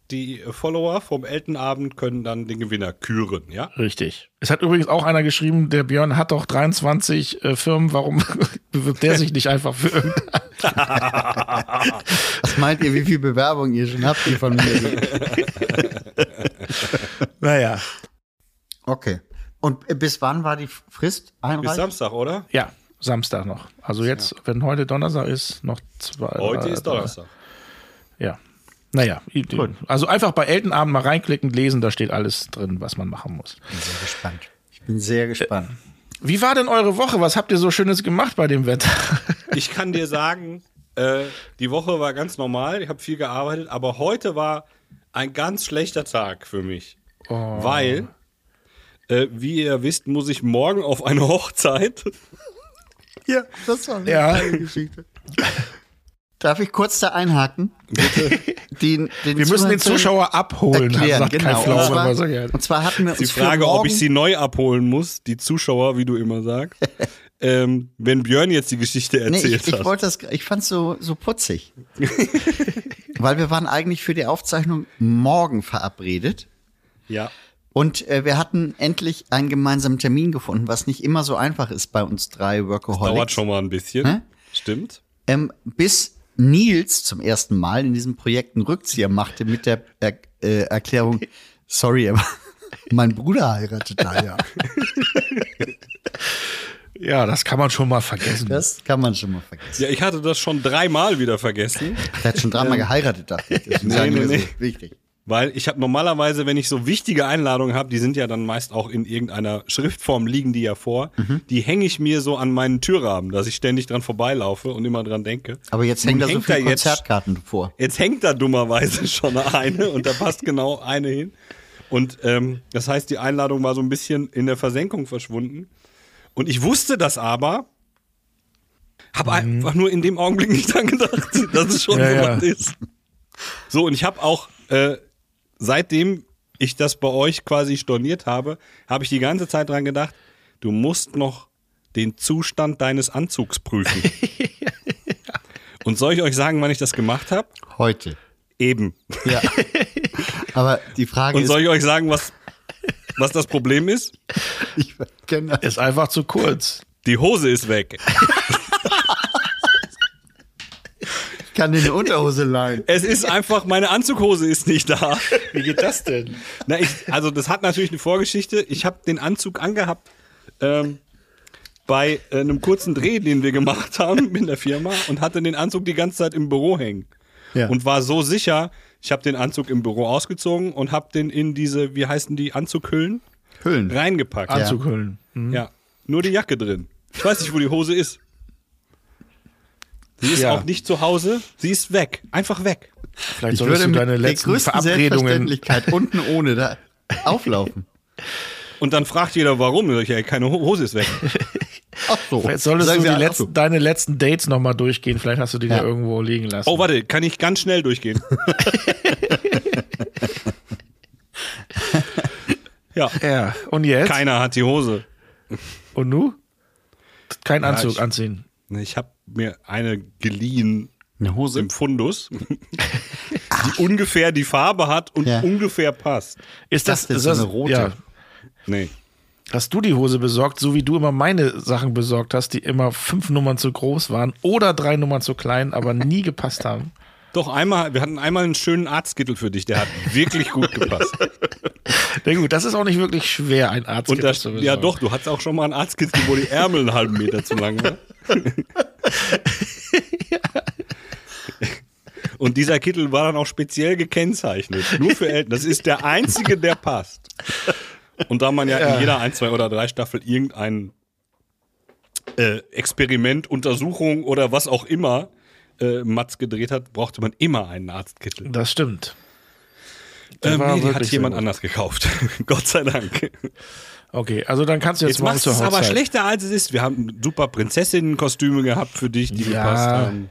D: Die Follower vom Eltenabend können dann den Gewinner küren, ja?
B: Richtig. Es hat übrigens auch einer geschrieben, der Björn hat doch 23 äh, Firmen, warum bewirbt der sich nicht einfach für irgendeine?
C: Was meint ihr, wie viel Bewerbung ihr schon habt, die von mir?
B: Naja.
C: Okay. Und äh, bis wann war die Frist
D: Bis
C: einreichen?
D: Samstag, oder?
B: Ja, Samstag noch. Also jetzt, wenn heute Donnerstag ist, noch zwei.
D: Heute
B: äh,
D: ist Donnerstag.
B: Ja. Naja, also einfach bei Eltenabend mal reinklicken, lesen, da steht alles drin, was man machen muss.
C: Ich bin sehr gespannt. Äh, Ich bin sehr gespannt.
B: Wie war denn eure Woche? Was habt ihr so Schönes gemacht bei dem Wetter?
D: Ich kann dir sagen, äh, die Woche war ganz normal, ich habe viel gearbeitet, aber heute war ein ganz schlechter Tag für mich.
B: Oh.
D: Weil, äh, wie ihr wisst, muss ich morgen auf eine Hochzeit.
C: Ja, das war eine
B: Ja.
C: geile Geschichte. Darf ich kurz da einhaken? Den, den
B: Wir müssen den
C: Zuhörern
B: Zuschauer
D: also
B: abholen,
C: erklären,
B: sagt
C: genau.
B: Kai Flaume
C: und,
B: immer
C: zwar,
B: so gerne.
C: und zwar hatten wir uns
D: Die
C: für
D: Frage,
C: morgen,
D: ob ich sie neu abholen muss, die Zuschauer, wie du immer sagst, ähm, wenn Björn jetzt die Geschichte
C: nee,
D: erzählt
C: ich, ich
D: hat.
C: wollte das, ich fand's so so putzig, weil wir waren eigentlich für die Aufzeichnung morgen verabredet
D: Ja.
C: und äh, wir hatten endlich einen gemeinsamen Termin gefunden, was nicht immer so einfach ist bei uns drei Workaholics.
D: Dauert schon mal ein bisschen.
C: Hä?
D: Stimmt.
C: Ähm, bis Nils zum ersten Mal in diesem Projekt einen Rückzieher machte mit der er äh, Erklärung, sorry, aber mein Bruder heiratet da ja.
B: Ja, das kann man schon mal vergessen.
C: Das kann man schon mal vergessen.
D: Ja, ich hatte das schon dreimal wieder vergessen,
C: Der hat schon dreimal geheiratet, dachte ich. Das ist
D: Nee,
C: ja
D: nee,
C: nur so
D: nee.
C: Wichtig.
D: weil ich habe normalerweise, wenn ich so wichtige Einladungen habe, die sind ja dann meist auch in irgendeiner Schriftform liegen die ja vor,
C: Mhm.
D: die hänge ich mir so an meinen Türrahmen, dass ich ständig dran vorbeilaufe und immer dran denke.
C: Aber jetzt hängen da
D: Nun
C: so
D: hängt
C: viele
D: da jetzt-
C: Konzertkarten vor.
D: Jetzt hängt da dummerweise schon eine und da passt genau eine hin. Und ähm, das heißt, die Einladung war so ein bisschen in der Versenkung verschwunden. Und ich wusste das aber, habe einfach nur in dem Augenblick nicht dran gedacht, dass es schon
B: Mhm. Ja,
D: soweit
B: ja.
D: ist. So, und ich habe auch, äh, seitdem ich das bei euch quasi storniert habe, habe ich die ganze Zeit dran gedacht, du musst noch den Zustand deines Anzugs prüfen. Und soll ich euch sagen, wann ich das gemacht habe?
C: Heute.
D: Eben.
C: Ja. Aber die Frage
D: Und
C: ist,
D: soll ich euch sagen, was, was das Problem ist?
C: ich kenne
B: Ist einfach zu kurz.
D: Die Hose ist weg.
C: Ich kann dir eine Unterhose leihen.
D: Es ist einfach, meine Anzughose ist nicht da.
B: Wie geht das denn?
D: Na, ich, also das hat natürlich eine Vorgeschichte. Ich habe den Anzug angehabt ähm, bei äh, einem kurzen Dreh, den wir gemacht haben in der Firma und hatte den Anzug die ganze Zeit im Büro hängen.
C: Ja.
D: Und war so sicher, ich habe den Anzug im Büro ausgezogen und habe den in diese, wie heißen die, Anzughüllen
C: Hüllen.
D: reingepackt.
B: Anzughüllen. Hm.
D: Ja, nur die Jacke drin. Ich weiß nicht, wo die Hose ist. Sie ist
B: Ja.
D: auch nicht zu Hause. Sie ist weg. Einfach weg.
B: Vielleicht
C: Ich
B: solltest
C: würde
B: du
C: mit
B: deine
C: der
B: letzten
C: größten
B: Verabredungen.
C: Selbstverständlichkeit unten ohne da auflaufen.
D: Und dann fragt jeder, warum. Und ich, ey, keine Ho- Hose ist weg.
C: Ach so.
B: Vielleicht solltest du
C: Sagen
B: die
C: wir alle, ach so.
B: letzten, deine letzten Dates nochmal durchgehen. Vielleicht hast du die
C: Ja.
B: da irgendwo liegen lassen.
D: Oh, warte, kann ich ganz schnell durchgehen. ja,
B: ja. Und jetzt?
D: keiner hat die Hose.
B: Und nu? Kein Anzug
D: ich-
B: anziehen.
D: Ich habe mir eine geliehen
C: Eine Hose?
D: im Fundus, die ungefähr die Farbe hat und
C: Ja.
D: ungefähr passt.
B: Ist
C: das denn
B: ist
C: so eine rote?
B: Ja.
D: Nee.
B: Hast du die Hose besorgt, so wie du immer meine Sachen besorgt hast, die immer fünf Nummern zu groß waren oder drei Nummern zu klein, aber nie gepasst haben?
D: Doch, einmal, wir hatten einmal einen schönen Arztkittel für dich, der hat wirklich gut gepasst.
B: Na gut, das ist auch nicht wirklich schwer, ein Arzt
D: Und das, ja doch, du hattest auch schon mal einen Arztkittel, wo die Ärmel einen halben Meter zu lang waren. Und dieser Kittel war dann auch speziell gekennzeichnet, nur für Eltern. Das ist der einzige, der passt. Und da man ja, in jeder ein, zwei oder drei Staffel irgendein äh, Experiment, Untersuchung oder was auch immer äh, Matz gedreht hat, brauchte man immer einen Arztkittel.
B: Das stimmt. Der
D: Ähm,
B: war
D: nee, die hat
B: wirklich
D: jemand
B: sehr gut.
D: anders gekauft. Gott sei Dank.
B: Okay, also dann kannst du jetzt,
D: Jetzt
B: morgen
D: machst du
B: zur
D: es
B: Hochzeit.
D: aber schlechter, als es ist. Wir haben super Prinzessinnenkostüme gehabt für dich, die
B: Ja.
D: gepasst haben.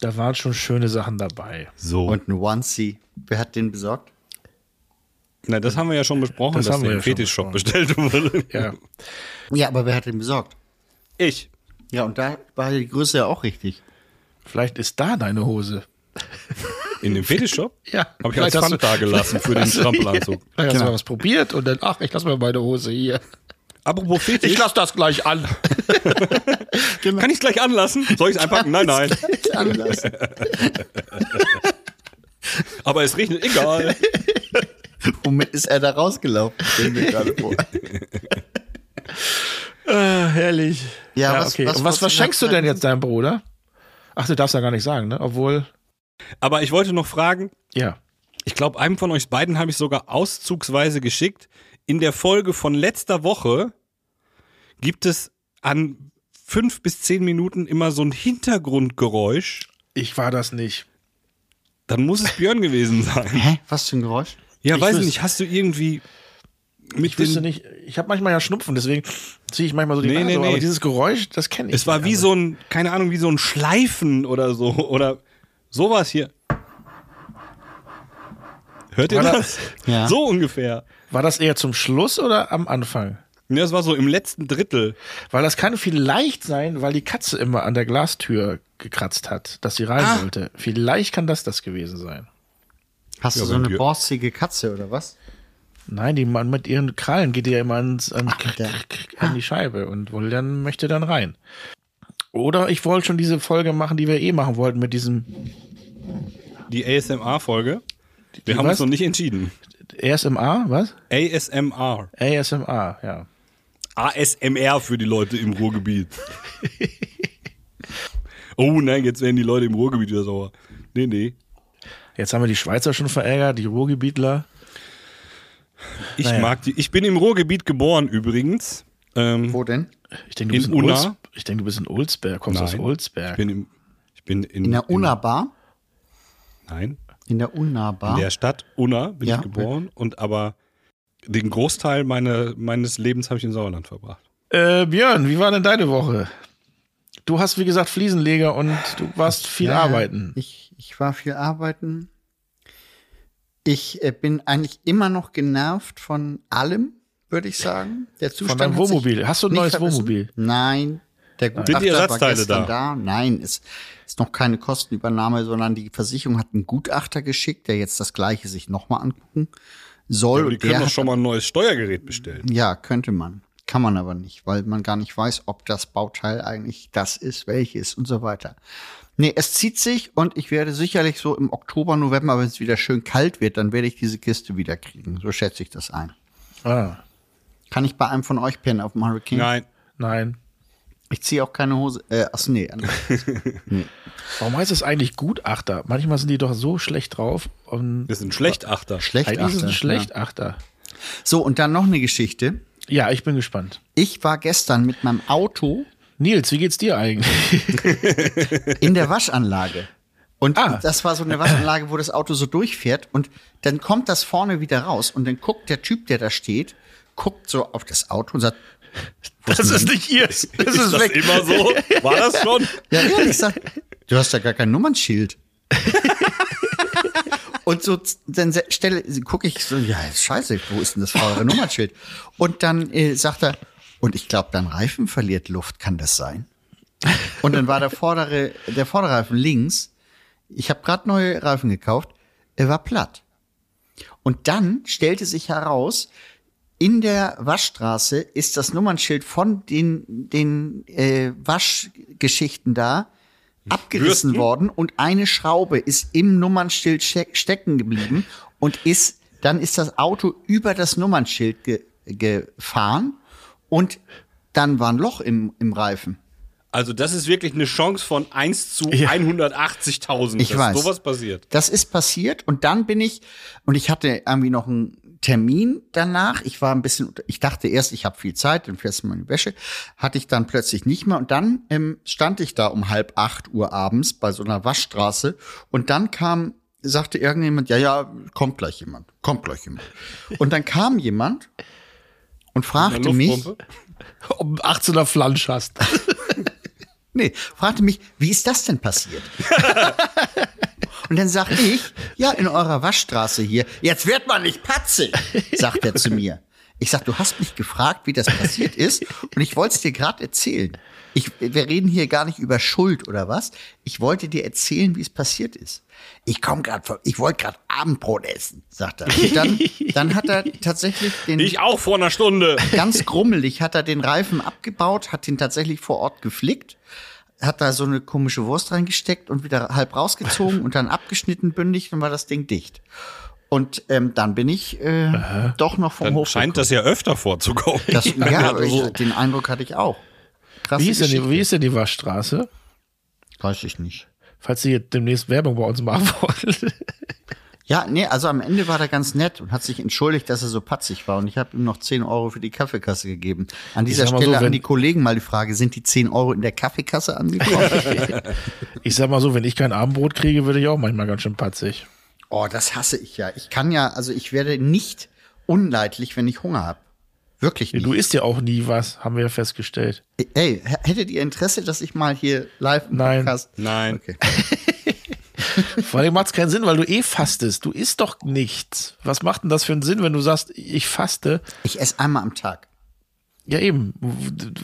B: Da waren schon schöne Sachen dabei.
D: So. Und
C: Und ein Onesie. Wer hat den besorgt?
D: na, das haben wir ja schon besprochen,
B: Das
D: dass
B: haben
D: der
B: wir
D: im
B: ja schon
D: Fetischshop bestellt wurde.
B: Ja.
C: Ja, aber wer hat den besorgt?
D: Ich.
C: Ja, und da war die Größe ja auch richtig.
B: Vielleicht ist da deine Hose.
D: In dem Fetischshop?
B: Ja.
D: Habe ich als
B: Vielleicht hast
D: Pfand da gelassen für den Genau. Strampelanzug.
B: Vielleicht hast du mal was probiert und dann, ach, ich lasse mal meine Hose hier.
D: Apropos Fetisch,
B: lasse das gleich an.
D: kann ich gleich anlassen? Soll ich es einpacken? Nein, nein.
C: Anders.
D: Aber es regnet, egal.
C: Womit ist er da rausgelaufen? Stell mir gerade vor.
B: Ah, herrlich.
C: Ja,
B: Ja,
C: was-
B: okay.
C: was-
B: und
C: was-
B: was verschenkst du denn jetzt deinem Bruder? Ach, du darfst ja gar nicht sagen, ne? Obwohl,
D: Aber ich wollte noch fragen,
B: ja.
D: ich glaube, einem von euch beiden habe ich sogar auszugsweise geschickt. In der Folge von letzter Woche gibt es an fünf bis zehn Minuten immer so ein Hintergrundgeräusch.
B: Ich war das nicht.
D: Dann muss es Björn gewesen sein.
C: Hä? Was für ein Geräusch?
D: Ja,
B: Ich
D: weiß ich
B: wüsste-
D: nicht, hast du irgendwie mit
B: Ich wüsste
D: dem,
B: nicht, ich habe manchmal ja Schnupfen, deswegen ziehe ich manchmal so die
D: Nee,
B: Nase,
D: nee, nee.
B: aber dieses Geräusch, das kenne ich.
D: Es war
B: nicht.
D: wie
B: Also,
D: so ein, keine Ahnung, wie so ein Schleifen oder so oder sowas hier. Hört ihr
B: War da-
D: das?
C: Ja.
D: So ungefähr.
B: War das eher zum Schluss oder am Anfang?
D: Ja, das war so im letzten Drittel.
B: Weil das kann vielleicht sein, weil die Katze immer an der Glastür gekratzt hat, dass sie rein
D: Ah.
B: wollte. Vielleicht kann das das gewesen sein.
C: Hast
D: Ja,
C: du so
D: wenn
C: eine
D: wir-
C: borstige Katze oder was?
B: Nein, die Mann mit ihren Krallen geht ja immer ans, an,
C: der-
B: an die Scheibe und will dann, möchte dann rein. Oder ich wollte schon diese Folge machen, die wir eh machen wollten mit diesem
D: Die ASMR-Folge. Wir
B: die
D: haben uns
B: was?
D: noch nicht entschieden.
B: ASMR, was?
D: ASMR.
B: ASMR, ja.
D: ASMR für die Leute im Ruhrgebiet. oh nein, jetzt werden die Leute im Ruhrgebiet wieder sauer. Nee, nee.
B: Jetzt haben wir die Schweizer schon verärgert, die Ruhrgebietler.
D: Ich
B: Naja.
D: mag die. Ich bin im Ruhrgebiet geboren übrigens. Ähm,
C: Wo denn?
B: Ich denke, du,
D: In
B: bist in
D: Unna?
B: Ulz- ich denke, du bist in Ulsberg, kommst aus
D: Nein.
B: Ulsberg.
D: ich bin im. Ich bin in.
C: In der Una-Bar?
D: Nein.
C: In der
D: In
C: Una-Bar?
D: der Stadt Unna bin
C: Ah. Ja.
D: ich geboren und aber den Großteil meine, meines Lebens habe ich in Sauerland verbracht.
B: Äh, Björn, wie war denn deine Woche? Du hast, wie gesagt, Fliesenleger und du warst viel
C: Ja,
B: arbeiten.
C: Ich, ich war viel arbeiten. Ich äh, bin eigentlich immer noch genervt von allem, würde ich sagen. Der Zustand
B: deinem
C: hat sich
B: Wohnmobil. Hast du ein
C: nicht
B: neues
C: verbessert.
B: Wohnmobil?
C: Nein. Der Gutachter war
D: Ersatzteile
C: gestern
D: da?
C: da. Nein, es ist noch keine Kostenübernahme, sondern die Versicherung hat einen Gutachter geschickt, der jetzt das Gleiche sich nochmal angucken soll.
D: Aber die
C: und der
D: können doch
C: hat
D: schon mal ein neues Steuergerät bestellen.
C: Ja, könnte man. Kann man aber nicht, weil man gar nicht weiß, ob das Bauteil eigentlich das ist, welches und so weiter. Nee, es zieht sich und ich werde sicherlich so im Oktober, November, wenn es wieder schön kalt wird, dann werde ich diese Kiste wieder kriegen. So schätze ich das ein.
B: Ah,
C: Kann ich bei einem von euch pennen auf dem Hurricane?
D: Nein.
B: nein.
C: Ich ziehe auch keine Hose. Äh, achso, nee.
B: Warum heißt es eigentlich Gutachter? Manchmal sind die doch so schlecht drauf. Und
D: Das sind Schlechtachter.
B: eigentlich ist es ein
C: Schlecht. Schlecht.
B: Schlechtachter.
C: Ja. So, und dann noch eine Geschichte.
B: Ja, ich bin gespannt.
C: Ich war gestern mit meinem Auto
B: Nils, wie geht's dir eigentlich?
C: In der Waschanlage. Und
B: Ah.
C: das war so eine Waschanlage, wo das Auto so durchfährt und dann kommt das vorne wieder raus und dann guckt der Typ, der da steht, guckt so auf das Auto und sagt,
B: Das ist nicht ihr. Das ist,
D: Ist das
B: weg.
D: immer so? War das schon?
C: ja, ehrlich gesagt, du hast ja gar kein Nummernschild. und so, z- dann se- stelle, gucke ich so, ja, scheiße, wo ist denn das faule Nummernschild? Und dann äh, sagt er, und ich glaube, dein Reifen verliert Luft, kann das sein? Und dann war der vordere, der Vorderreifen links. Ich habe gerade neue Reifen gekauft. Er war platt. Und dann stellte sich heraus, in der Waschstraße ist das Nummernschild von den, den äh, Waschgeschichten da abgerissen
D: Bürsten?
C: worden und eine Schraube ist im Nummernschild ste- stecken geblieben und ist, dann ist das Auto über das Nummernschild ge gefahren und dann war ein Loch im, im Reifen.
D: Also das ist wirklich eine Chance von 1 zu
B: Ja.
D: 180.000,
C: Ich
D: dass
C: weiß.
D: sowas passiert.
C: Das ist passiert und dann bin ich und ich hatte irgendwie noch einen Termin danach. Ich war ein bisschen, unter- ich dachte erst, ich habe viel Zeit, dann fährst du mal in die Wäsche. Hatte ich dann plötzlich nicht mehr und dann ähm, stand ich da um halb acht Uhr abends bei so einer Waschstraße und dann kam, sagte irgendjemand, ja, ja, kommt gleich jemand, kommt gleich jemand. Und dann kam jemand und fragte mich,
D: Luftpumpe?
B: Um 18er Flansch hast.
C: Nee, fragte mich, wie ist das denn passiert? Und dann sag ich, ja, in eurer Waschstraße hier, jetzt wird man nicht patzig, sagt er zu mir. Ich sag, du hast mich gefragt, wie das passiert ist und ich wollte es dir gerade erzählen. Ich, wir reden hier gar nicht über Schuld oder was. Ich wollte dir erzählen, wie es passiert ist. Ich komme gerade vom, ich wollte gerade Abendbrot essen, sagt er. Und dann, dann hat er tatsächlich den
D: Ich auch vor einer Stunde.
C: ganz grummelig hat er den Reifen abgebaut, hat ihn tatsächlich vor Ort geflickt, hat da so eine komische Wurst reingesteckt und wieder halb rausgezogen und dann abgeschnitten bündig, dann war das Ding dicht. Und ähm, dann bin ich äh, doch noch vom
D: Dann
C: Hof.
D: scheint das ja öfter vorzukommen. Also,
C: gekommen. das ja, aber
D: so-
C: ich, den Eindruck hatte ich auch.
B: also
C: Krasse
B: Wie ist, denn die,
C: Geschichte.
B: wie ist denn die Waschstraße?
C: Weiß ich nicht.
B: Falls Sie jetzt demnächst Werbung bei uns machen wollen.
C: Ja, nee, also am Ende war er ganz nett und hat sich entschuldigt, dass er so patzig war. Und ich habe ihm noch 10 Euro für die Kaffeekasse gegeben. An dieser
B: sag mal so,
C: Stelle an
B: wenn-
C: die Kollegen mal die Frage, sind die 10 Euro in der Kaffeekasse angekommen?
B: Ich sag mal so, wenn ich kein Abendbrot kriege, würde ich auch manchmal ganz schön patzig.
C: Oh, das hasse ich ja. Ich kann ja, also ich werde nicht unleidlich, wenn ich Hunger habe. Wirklich
B: Ja,
C: nicht.
B: Du isst ja auch nie was, haben wir ja festgestellt.
C: Ey, h- hättet ihr Interesse, dass ich mal hier live im
B: Nein.
C: Podcast?
D: Nein.
C: Okay.
B: Vor allem macht es keinen Sinn, weil du eh fastest. Du isst doch nichts. Was macht denn das für einen Sinn, wenn du sagst, ich faste?
C: Ich esse einmal am Tag.
B: Ja, eben.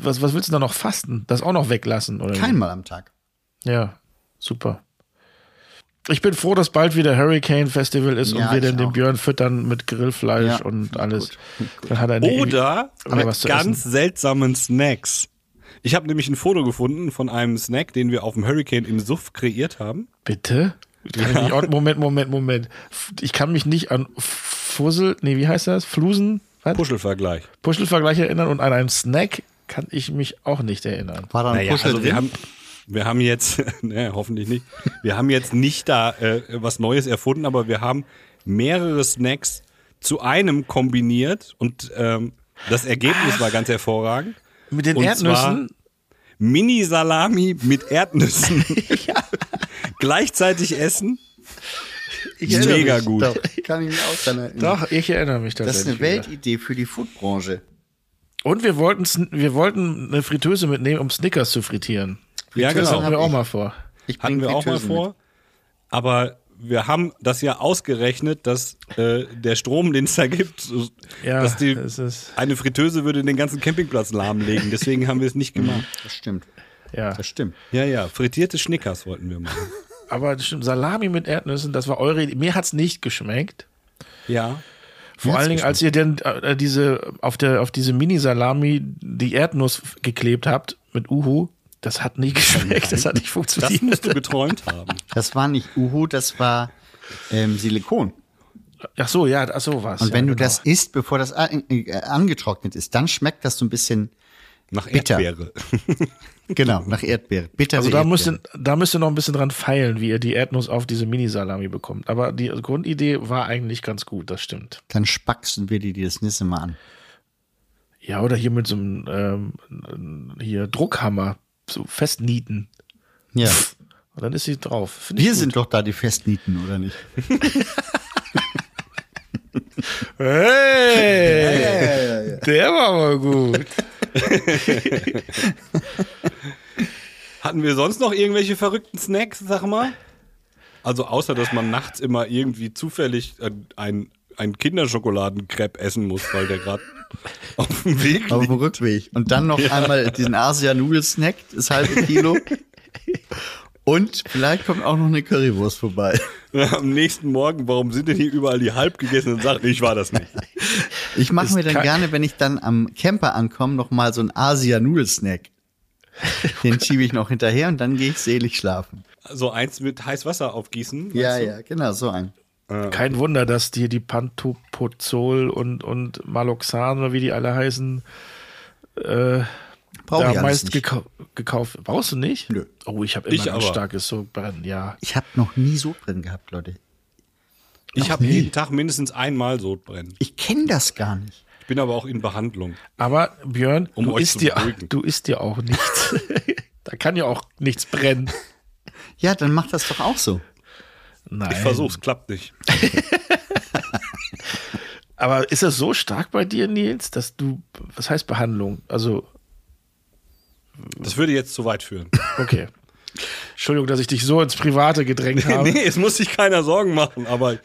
B: Was, was willst du da noch fasten? Das auch noch weglassen, oder? wie?
C: Keinmal am Tag.
B: Ja, super. Ich bin froh, dass bald wieder Hurricane Festival ist
C: Ja,
B: und wir
C: ich
B: dann den
C: auch.
B: Björn füttern mit Grillfleisch
C: Ja,
B: und
C: gut,
B: alles.
C: gut.
B: Dann hat er eine
D: Oder
B: Oder was
D: mit
B: zu
D: ganz seltsamen Snacks. Ich habe nämlich ein Foto gefunden von einem Snack, den wir auf dem Hurricane im Suff kreiert haben.
B: Bitte? Kann ich nicht, oh, Moment, Moment, Moment. F- Ich kann mich nicht an Fussel, nee, wie heißt das? Flusen? Was?
D: Puschelvergleich.
B: Puschelvergleich erinnern und an einen Snack kann ich mich auch nicht erinnern.
C: War da ein
D: Naja,
C: Puschel
D: also wir
C: drin?
D: haben, wir haben jetzt, ne, hoffentlich nicht, wir haben jetzt nicht da äh, was Neues erfunden, aber wir haben mehrere Snacks zu einem kombiniert und ähm, das Ergebnis war ganz hervorragend.
B: Mit den
D: Und
B: Erdnüssen?
D: Mini-Salami mit Erdnüssen. Gleichzeitig essen.
B: Ich erinnere
D: Mega
B: mich.
D: gut.
C: Doch, kann ich mich auch dran erinnern.
B: Doch, ich erinnere mich
C: Das ist
B: tatsächlich.
C: eine
B: wieder.
C: Weltidee für die Foodbranche.
B: Und wir wollten, sn- wir wollten eine Fritteuse mitnehmen, um Snickers zu frittieren.
D: Ja,
B: Das
D: genau.
B: hatten wir
C: hab
B: auch
C: ich.
B: mal vor.
C: Ich
D: Hatten
C: bring
D: wir auch mal
C: Fritteusen
D: vor.
C: mit.
D: Aber wir haben das ja ausgerechnet, dass äh, der Strom, den es da gibt,
B: Ja,
D: dass die,
B: es ist-
D: eine Fritteuse würde den ganzen Campingplatz lahmlegen. Deswegen haben wir es nicht gemacht.
C: Das stimmt.
B: Ja.
C: Das stimmt.
D: Ja, ja, frittierte Schnickers wollten wir machen.
B: Aber das stimmt, Salami mit Erdnüssen, das war eure Idee. Mir hat's nicht geschmeckt.
D: Ja.
B: Vor allen Dingen, als ihr denn äh, diese auf der auf diese Mini-Salami die Erdnuss f- geklebt habt mit Uhu, das hat nicht geschmeckt, das hat nicht
D: Das
B: funktioniert.
D: musst du geträumt haben.
C: Das war nicht Uhu, das war ähm, Silikon.
B: Ach so, ja, ach so was.
C: Und wenn
B: ja, genau.
D: genau.
C: du das isst, bevor das an- äh, angetrocknet ist, dann schmeckt das so ein bisschen
D: Nach
C: Bitter.
D: Erdbeere.
C: Genau, nach Erdbeere. Bittere
B: Also da
C: Erdbeere.
B: müsst, ihr, da müsst ihr noch ein bisschen dran feilen, wie ihr die Erdnuss auf diese Mini-Salami bekommt. Aber die Grundidee war eigentlich ganz gut, das stimmt.
C: Dann spacksen wir dir die das nächste Mal an.
B: Ja, oder hier mit so einem ähm, hier Druckhammer so festnieten.
C: Ja.
B: Und dann ist sie drauf. Find ich
C: Wir
B: gut.
C: sind doch da die Festnieten, oder nicht?
B: Hey! Der war aber gut.
D: Hatten wir sonst noch irgendwelche verrückten Snacks, sag mal? Also außer, dass man nachts immer irgendwie zufällig äh, ein, ein Kinderschokoladenkrepp essen muss, weil der gerade auf dem Weg
C: Auf dem Rückweg. Und dann noch einmal diesen Asia-Nudelsnack, das halbe Kilo. Und vielleicht kommt auch noch eine Currywurst vorbei.
D: liegt. Am nächsten Morgen, warum sind denn hier überall die halbgegessenen Sachen? Ich war das nicht.
C: Ich mache
B: Ist
C: mir dann
B: kein-
C: gerne, wenn ich dann am Camper ankomme, noch mal so einen Asia-Nudelsnack. Den schiebe ich noch hinterher und dann gehe ich selig schlafen.
D: So Also eins mit heiß Wasser aufgießen.
C: Ja,
D: weißt du?
C: ja, genau, so ein.
B: Kein Wunder, dass dir die Pantopozol und, und Maloxan oder wie die alle heißen, äh,
C: Brauche ich
B: da
C: alles
B: meist
C: nicht.
B: gekau gekauft. Brauchst du nicht?
C: Nö.
B: Oh, ich habe
D: Ich
B: immer ein
D: aber.
B: starkes Sodbrennen, ja.
C: Ich habe noch nie Sodbrennen gehabt, Leute.
D: Ich habe jeden Tag mindestens einmal Sodbrennen.
C: Ich kenne das gar nicht.
D: Ich bin aber auch in Behandlung.
B: Aber Björn,
D: Um
B: du,
D: euch
B: isst
D: zu
B: dir,
D: beruhigen.
B: du isst dir auch nichts. da kann ja auch nichts brennen.
C: Ja, dann mach das doch auch so.
B: Nein.
D: Ich versuch's, klappt nicht.
B: Aber ist das so stark bei dir, Nils, dass du, was heißt Behandlung? Also,
D: Das würde jetzt zu weit führen.
B: okay. Entschuldigung, dass ich dich so ins Private gedrängt habe.
D: nee, es muss sich keiner Sorgen machen, aber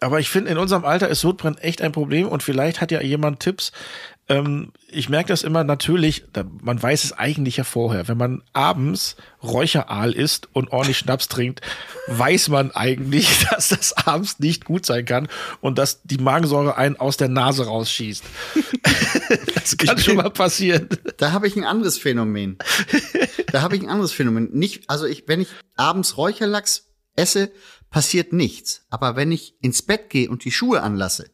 B: Aber ich finde, in unserem Alter ist Sodbrennen echt ein Problem und vielleicht hat ja jemand Tipps. Ähm, ich merke das immer natürlich, da, man weiß es eigentlich ja vorher. Wenn man abends Räucheraal isst und ordentlich Schnaps trinkt, weiß man eigentlich, dass das abends nicht gut sein kann und dass die Magensäure einen aus der Nase rausschießt. das kann schon mal passieren.
C: Da habe ich ein anderes Phänomen. Da habe ich ein anderes Phänomen. Nicht, also ich, wenn ich abends Räucherlachs esse, passiert nichts. Aber wenn ich ins Bett gehe und die Schuhe anlasse,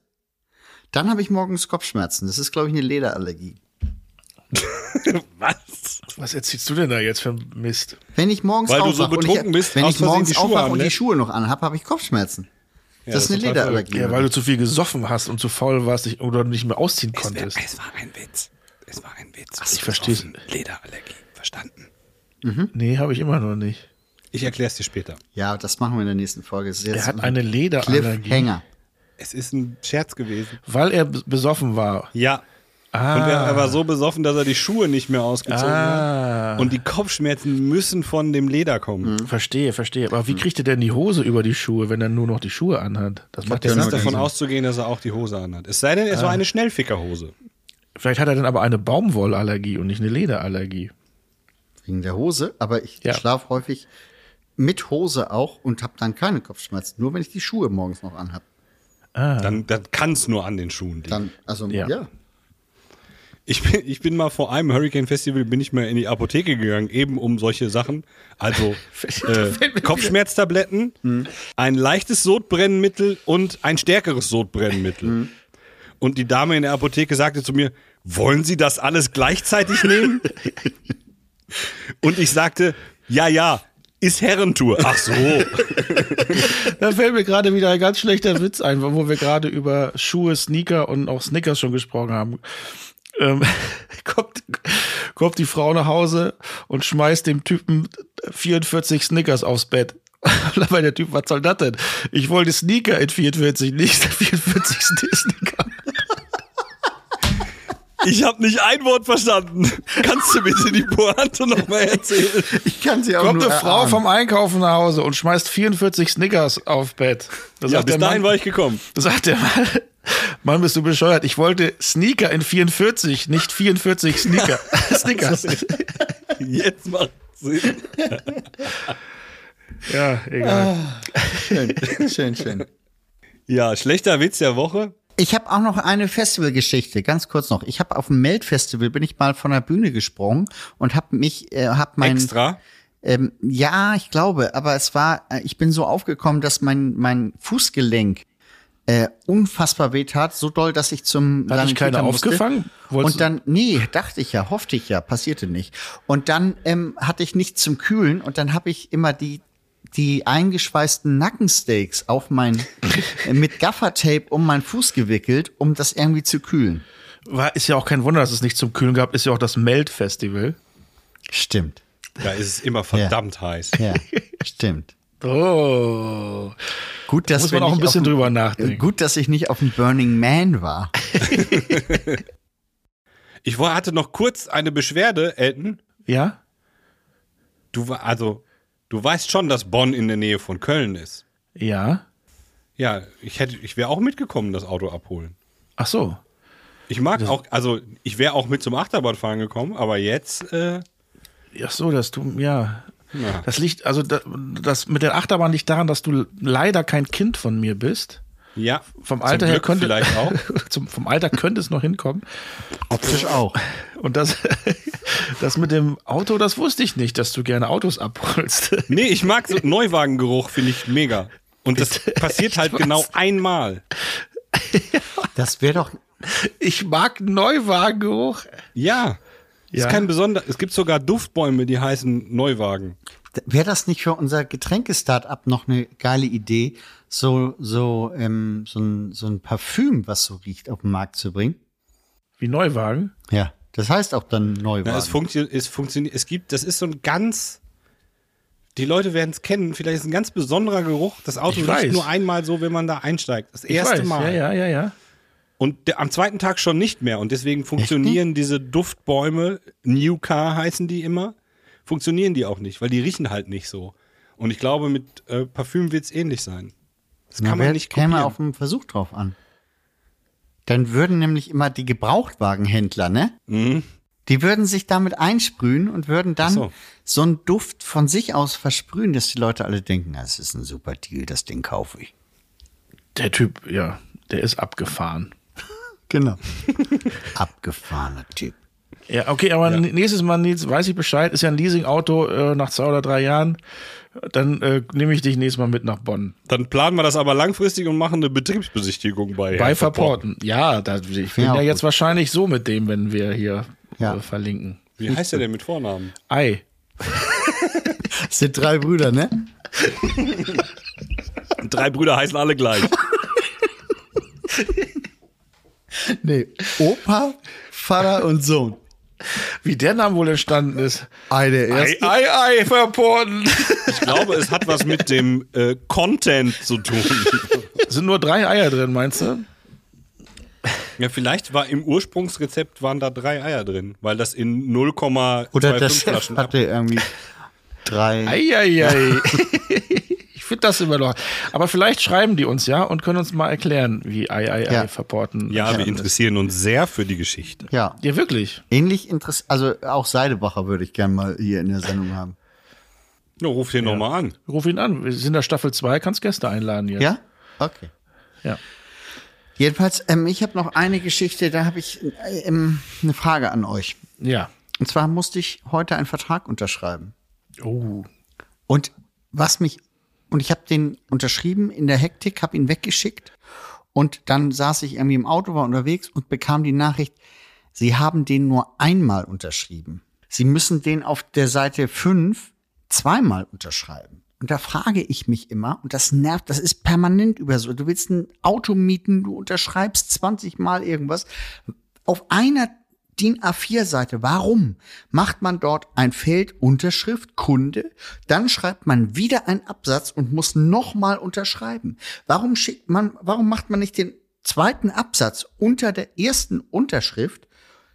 C: dann habe ich morgens Kopfschmerzen. Das ist, glaube ich, eine Lederallergie.
D: was?
B: Was erzählst du denn da jetzt für ein Mist?
C: Wenn ich morgens
D: Weil du so
C: aufwache und
D: betrunken
C: ich,
D: bist,
C: wenn
D: aus
C: ich
D: Versehen
C: morgens
D: die Schuhe
C: aufwache und die
D: anlässt.
C: Schuhe noch anhab, habe ich Kopfschmerzen.
D: Ja,
C: das ist eine
D: total verrückt.
C: Lederallergie.
B: Ja, weil du zu viel gesoffen hast und zu faul warst dich, oder nicht mehr ausziehen konntest.
D: war ein Witz. Es war ein Witz.
B: so, Ich versteh's. besoffen.
D: Lederallergie. Verstanden.
B: Nee, habe ich immer noch nicht.
D: Ich erkläre es dir später.
C: ja, das machen wir in der nächsten Folge. Das ist
B: Er
C: jetzt
B: hat
C: ein
B: eine Lederallergie.
C: Cliffhanger.
D: Es ist ein Scherz gewesen.
B: Weil er b- besoffen war.
D: Ja. Und er, er war so besoffen, dass er die Schuhe nicht mehr
B: Ah.
D: ausgezogen
B: Mhm.
D: hat. Und die Kopfschmerzen müssen von dem Leder kommen.
B: Verstehe, verstehe. Aber wie kriegt er denn die Hose über die Schuhe, wenn er nur noch die Schuhe anhat? Das macht
D: Es
B: er
D: ist
B: nicht.
D: davon auszugehen, dass er auch die Hose anhat. Es sei denn,
B: Ah.
D: es war eine Schnellfickerhose.
B: Vielleicht hat er dann aber eine Baumwollallergie und nicht eine Lederallergie.
C: Wegen der Hose, aber ich
B: Ja.
C: schlaf schlafe häufig mit Hose auch und habe dann keine Kopfschmerzen. Nur wenn ich die Schuhe morgens noch anhab.
B: Ah.
D: Dann, dann kann es nur an den Schuhen liegen.
C: Dann, also
B: Ja.
C: ja.
D: Ich bin, ich bin mal vor einem Hurricane Festival bin ich mal in die Apotheke gegangen, eben um solche Sachen. Also äh, Kopfschmerztabletten, ein leichtes Sodbrennmittel und ein stärkeres Sodbrennmittel. Und die Dame in der Apotheke sagte zu mir, wollen Sie das alles gleichzeitig nehmen? und ich sagte, ja, ja, ist Herrentour. Ach so.
B: Da fällt mir gerade wieder ein ganz schlechter Witz ein, wo wir gerade über Schuhe, Sneaker und auch Snickers schon gesprochen haben. Ähm, kommt, kommt die Frau nach Hause und schmeißt dem Typen 44 Snickers aufs Bett. Weil der Typ, was soll das denn? Ich wollte Sneaker in 44, nicht 44 Snickers.
D: Ich habe nicht ein Wort verstanden. Kannst du bitte die Pointe nochmal erzählen?
C: Ich kann sie auch
B: Kommt
C: nur
D: äh,
B: eine Frau
C: erahnen.
B: vom Einkaufen nach Hause und schmeißt 44 Snickers auf Bett. Da
D: Ja, bis
B: der
D: dahin
B: Mann,
D: war ich gekommen.
B: da sagt der Mann, Mann, bist du bescheuert. Ich wollte Sneaker in 44, nicht 44 Sneaker. Snickers.
D: Jetzt macht Sinn.
B: Ja,
D: Ah.
B: egal.
C: Schön, schön, schön.
D: Ja, schlechter Witz der Woche.
C: Ich habe auch noch eine Festivalgeschichte, ganz kurz noch. Ich habe auf dem Melt-Festival bin ich mal von der Bühne gesprungen und habe mich, äh, habe mein,
D: Extra.
C: Ähm, ja, ich glaube, aber es war, äh, ich bin so aufgekommen, dass mein, mein Fußgelenk äh, unfassbar weh tat, so doll, dass ich zum
B: Hat dich keiner
C: Sanitäter musste.
B: aufgefangen? Wolltest
C: und dann, nee, dachte ich ja, hoffte ich ja, passierte nicht. Und dann ähm, hatte ich nichts zum Kühlen und dann habe ich immer die die eingeschweißten Nackensteaks auf mein äh, mit Gaffertape um meinen Fuß gewickelt, um das irgendwie zu kühlen.
B: War, ist ja auch kein Wunder, dass es nicht zum Kühlen gab. Ist ja auch das Melt-Festival.
C: Stimmt.
D: Da ist es immer verdammt heiß.
C: Ja, stimmt.
B: Oh.
C: Gut, dass
B: muss man
C: wir
B: auch ein
C: nicht auf
B: bisschen
C: dem-
B: drüber nachdenken.
C: Gut, dass ich nicht auf dem Burning Man war.
D: Ich war, hatte noch kurz eine Beschwerde, Elton.
B: Ja?
D: Du war, also, du weißt schon, dass Bonn in der Nähe von Köln ist.
B: Ja?
D: Ja, ich hätte, ich wäre auch mitgekommen, das Auto abholen.
B: Ach so.
D: Ich mag auch, also ich wäre auch mit zum Achterbahnfahren gekommen, aber jetzt, äh,
B: Ach so, dass du, ja.
D: Ja.
B: Das liegt, also das, das mit der Achterbahn liegt daran, dass du leider kein Kind von mir bist.
D: ja,
B: Vom
D: zum
B: Alter her
D: Glück
B: könnte
D: vielleicht auch.
B: zum, vom Alter könnte es noch hinkommen.
C: Optisch auch.
B: Und das Das mit dem Auto, das wusste ich nicht, dass du gerne Autos abholst.
D: Nee, ich mag so Neuwagengeruch, finde ich mega. Und das passiert halt genau einmal.
C: Das wäre doch.
B: Ich mag Neuwagengeruch.
D: Ja.
B: Ja.
D: Ist kein besonder. Es gibt sogar Duftbäume, die heißen Neuwagen.
C: Wäre das nicht für unser Getränke-Startup noch eine geile Idee, so, so, ähm, so, ein, so ein Parfüm, was so riecht, auf den Markt zu bringen?
B: Wie Neuwagen?
C: Ja. Das heißt auch dann Neuwagen.
D: Ja, es, funktio es funktioniert. Es gibt, das ist so ein ganz. Die Leute werden es kennen. Vielleicht ist ein ganz besonderer Geruch. Das Auto
B: Ich
D: riecht
B: weiß.
D: nur einmal so, wenn man da einsteigt. Das
B: Ich
D: erste
B: weiß,
D: Mal.
B: Ja, ja, ja, ja.
D: Und der, am zweiten Tag schon nicht mehr. Und deswegen funktionieren diese Duftbäume, New Car heißen die immer, funktionieren die auch nicht, weil die riechen halt nicht so. Und ich glaube, mit äh, Parfüm wird es ähnlich sein. Das kann man nicht
C: käme
D: kopieren.
C: auf einen Versuch drauf an. Dann würden nämlich immer die Gebrauchtwagenhändler, ne? Die würden sich damit einsprühen und würden dann
D: Mhm. Ach
C: so.
D: so.
C: einen Duft von sich aus versprühen, dass die Leute alle denken, das ist ein super Deal, das Ding kaufe ich.
B: Der Typ, ja, der ist abgefahren.
C: Genau. Abgefahrener Typ.
B: Ja, okay, aber n- nächstes Mal, Nils, weiß ich Bescheid, ist ja ein Leasing-Auto äh, nach zwei oder drei Jahren. Dann äh, nehme ich dich nächstes Mal mit nach Bonn.
D: Dann planen wir das aber langfristig und machen eine Betriebsbesichtigung bei.
B: Bei
D: Herrn Verporten.
B: Verporten. Ja, da, ich bin
C: Ja,
B: ja,
C: auch
B: jetzt
C: gut.
B: wahrscheinlich so mit dem, wenn wir hier
C: Ja.
B: äh, verlinken.
D: Wie heißt der denn mit Vornamen?
B: Ei.
C: Das sind drei Brüder, ne?
D: Drei Brüder heißen alle gleich.
C: Nee. Opa, Vater und Sohn.
B: Wie der Name wohl entstanden ist.
C: Ei, der erste.
B: ei, ei, Verporten.
D: Ich glaube, es hat was mit dem äh, Content zu tun.
B: Sind nur drei Eier drin, meinst du?
D: Ja, vielleicht war im Ursprungsrezept waren da drei Eier drin, weil das in 0,25
C: Oder der Chef
D: Flaschen ab-
C: hatte irgendwie drei.
B: Eieiei. ich finde das immer noch. Aber vielleicht schreiben die uns ja und können uns mal erklären, wie Ei, Ei, Ei
C: Ja.
B: verporten.
D: Ja, wir
B: entstanden ist.
D: interessieren uns sehr für die Geschichte.
C: Ja.
B: Ja, wirklich.
C: Ähnlich interessant, also auch Seidebacher würde ich gern mal hier in der Sendung haben.
D: Ja, ruf den nochmal an.
B: Ruf ihn an. Wir sind in der Staffel 2, kannst Gäste einladen jetzt.
C: Ja? Okay.
B: Ja.
C: Jedenfalls, ähm, ich habe noch eine Geschichte, da habe ich äh, ähm, eine Frage an euch.
B: Ja.
C: Und zwar musste ich heute einen Vertrag unterschreiben.
B: Oh.
C: Und was mich, und ich habe den unterschrieben in der Hektik, habe ihn weggeschickt und dann saß ich irgendwie im Auto, war unterwegs und bekam die Nachricht, Sie haben den nur einmal unterschrieben. Sie müssen den auf der Seite 5 zweimal unterschreiben. Und da frage ich mich immer, und das nervt, das ist permanent über so. Du willst ein Auto mieten, du unterschreibst 20 Mal irgendwas. Auf einer DIN A4-Seite, warum macht man dort ein Feld Unterschrift Kunde, dann schreibt man wieder einen Absatz und muss nochmal unterschreiben? Warum schickt man, warum macht man nicht den zweiten Absatz unter der ersten Unterschrift,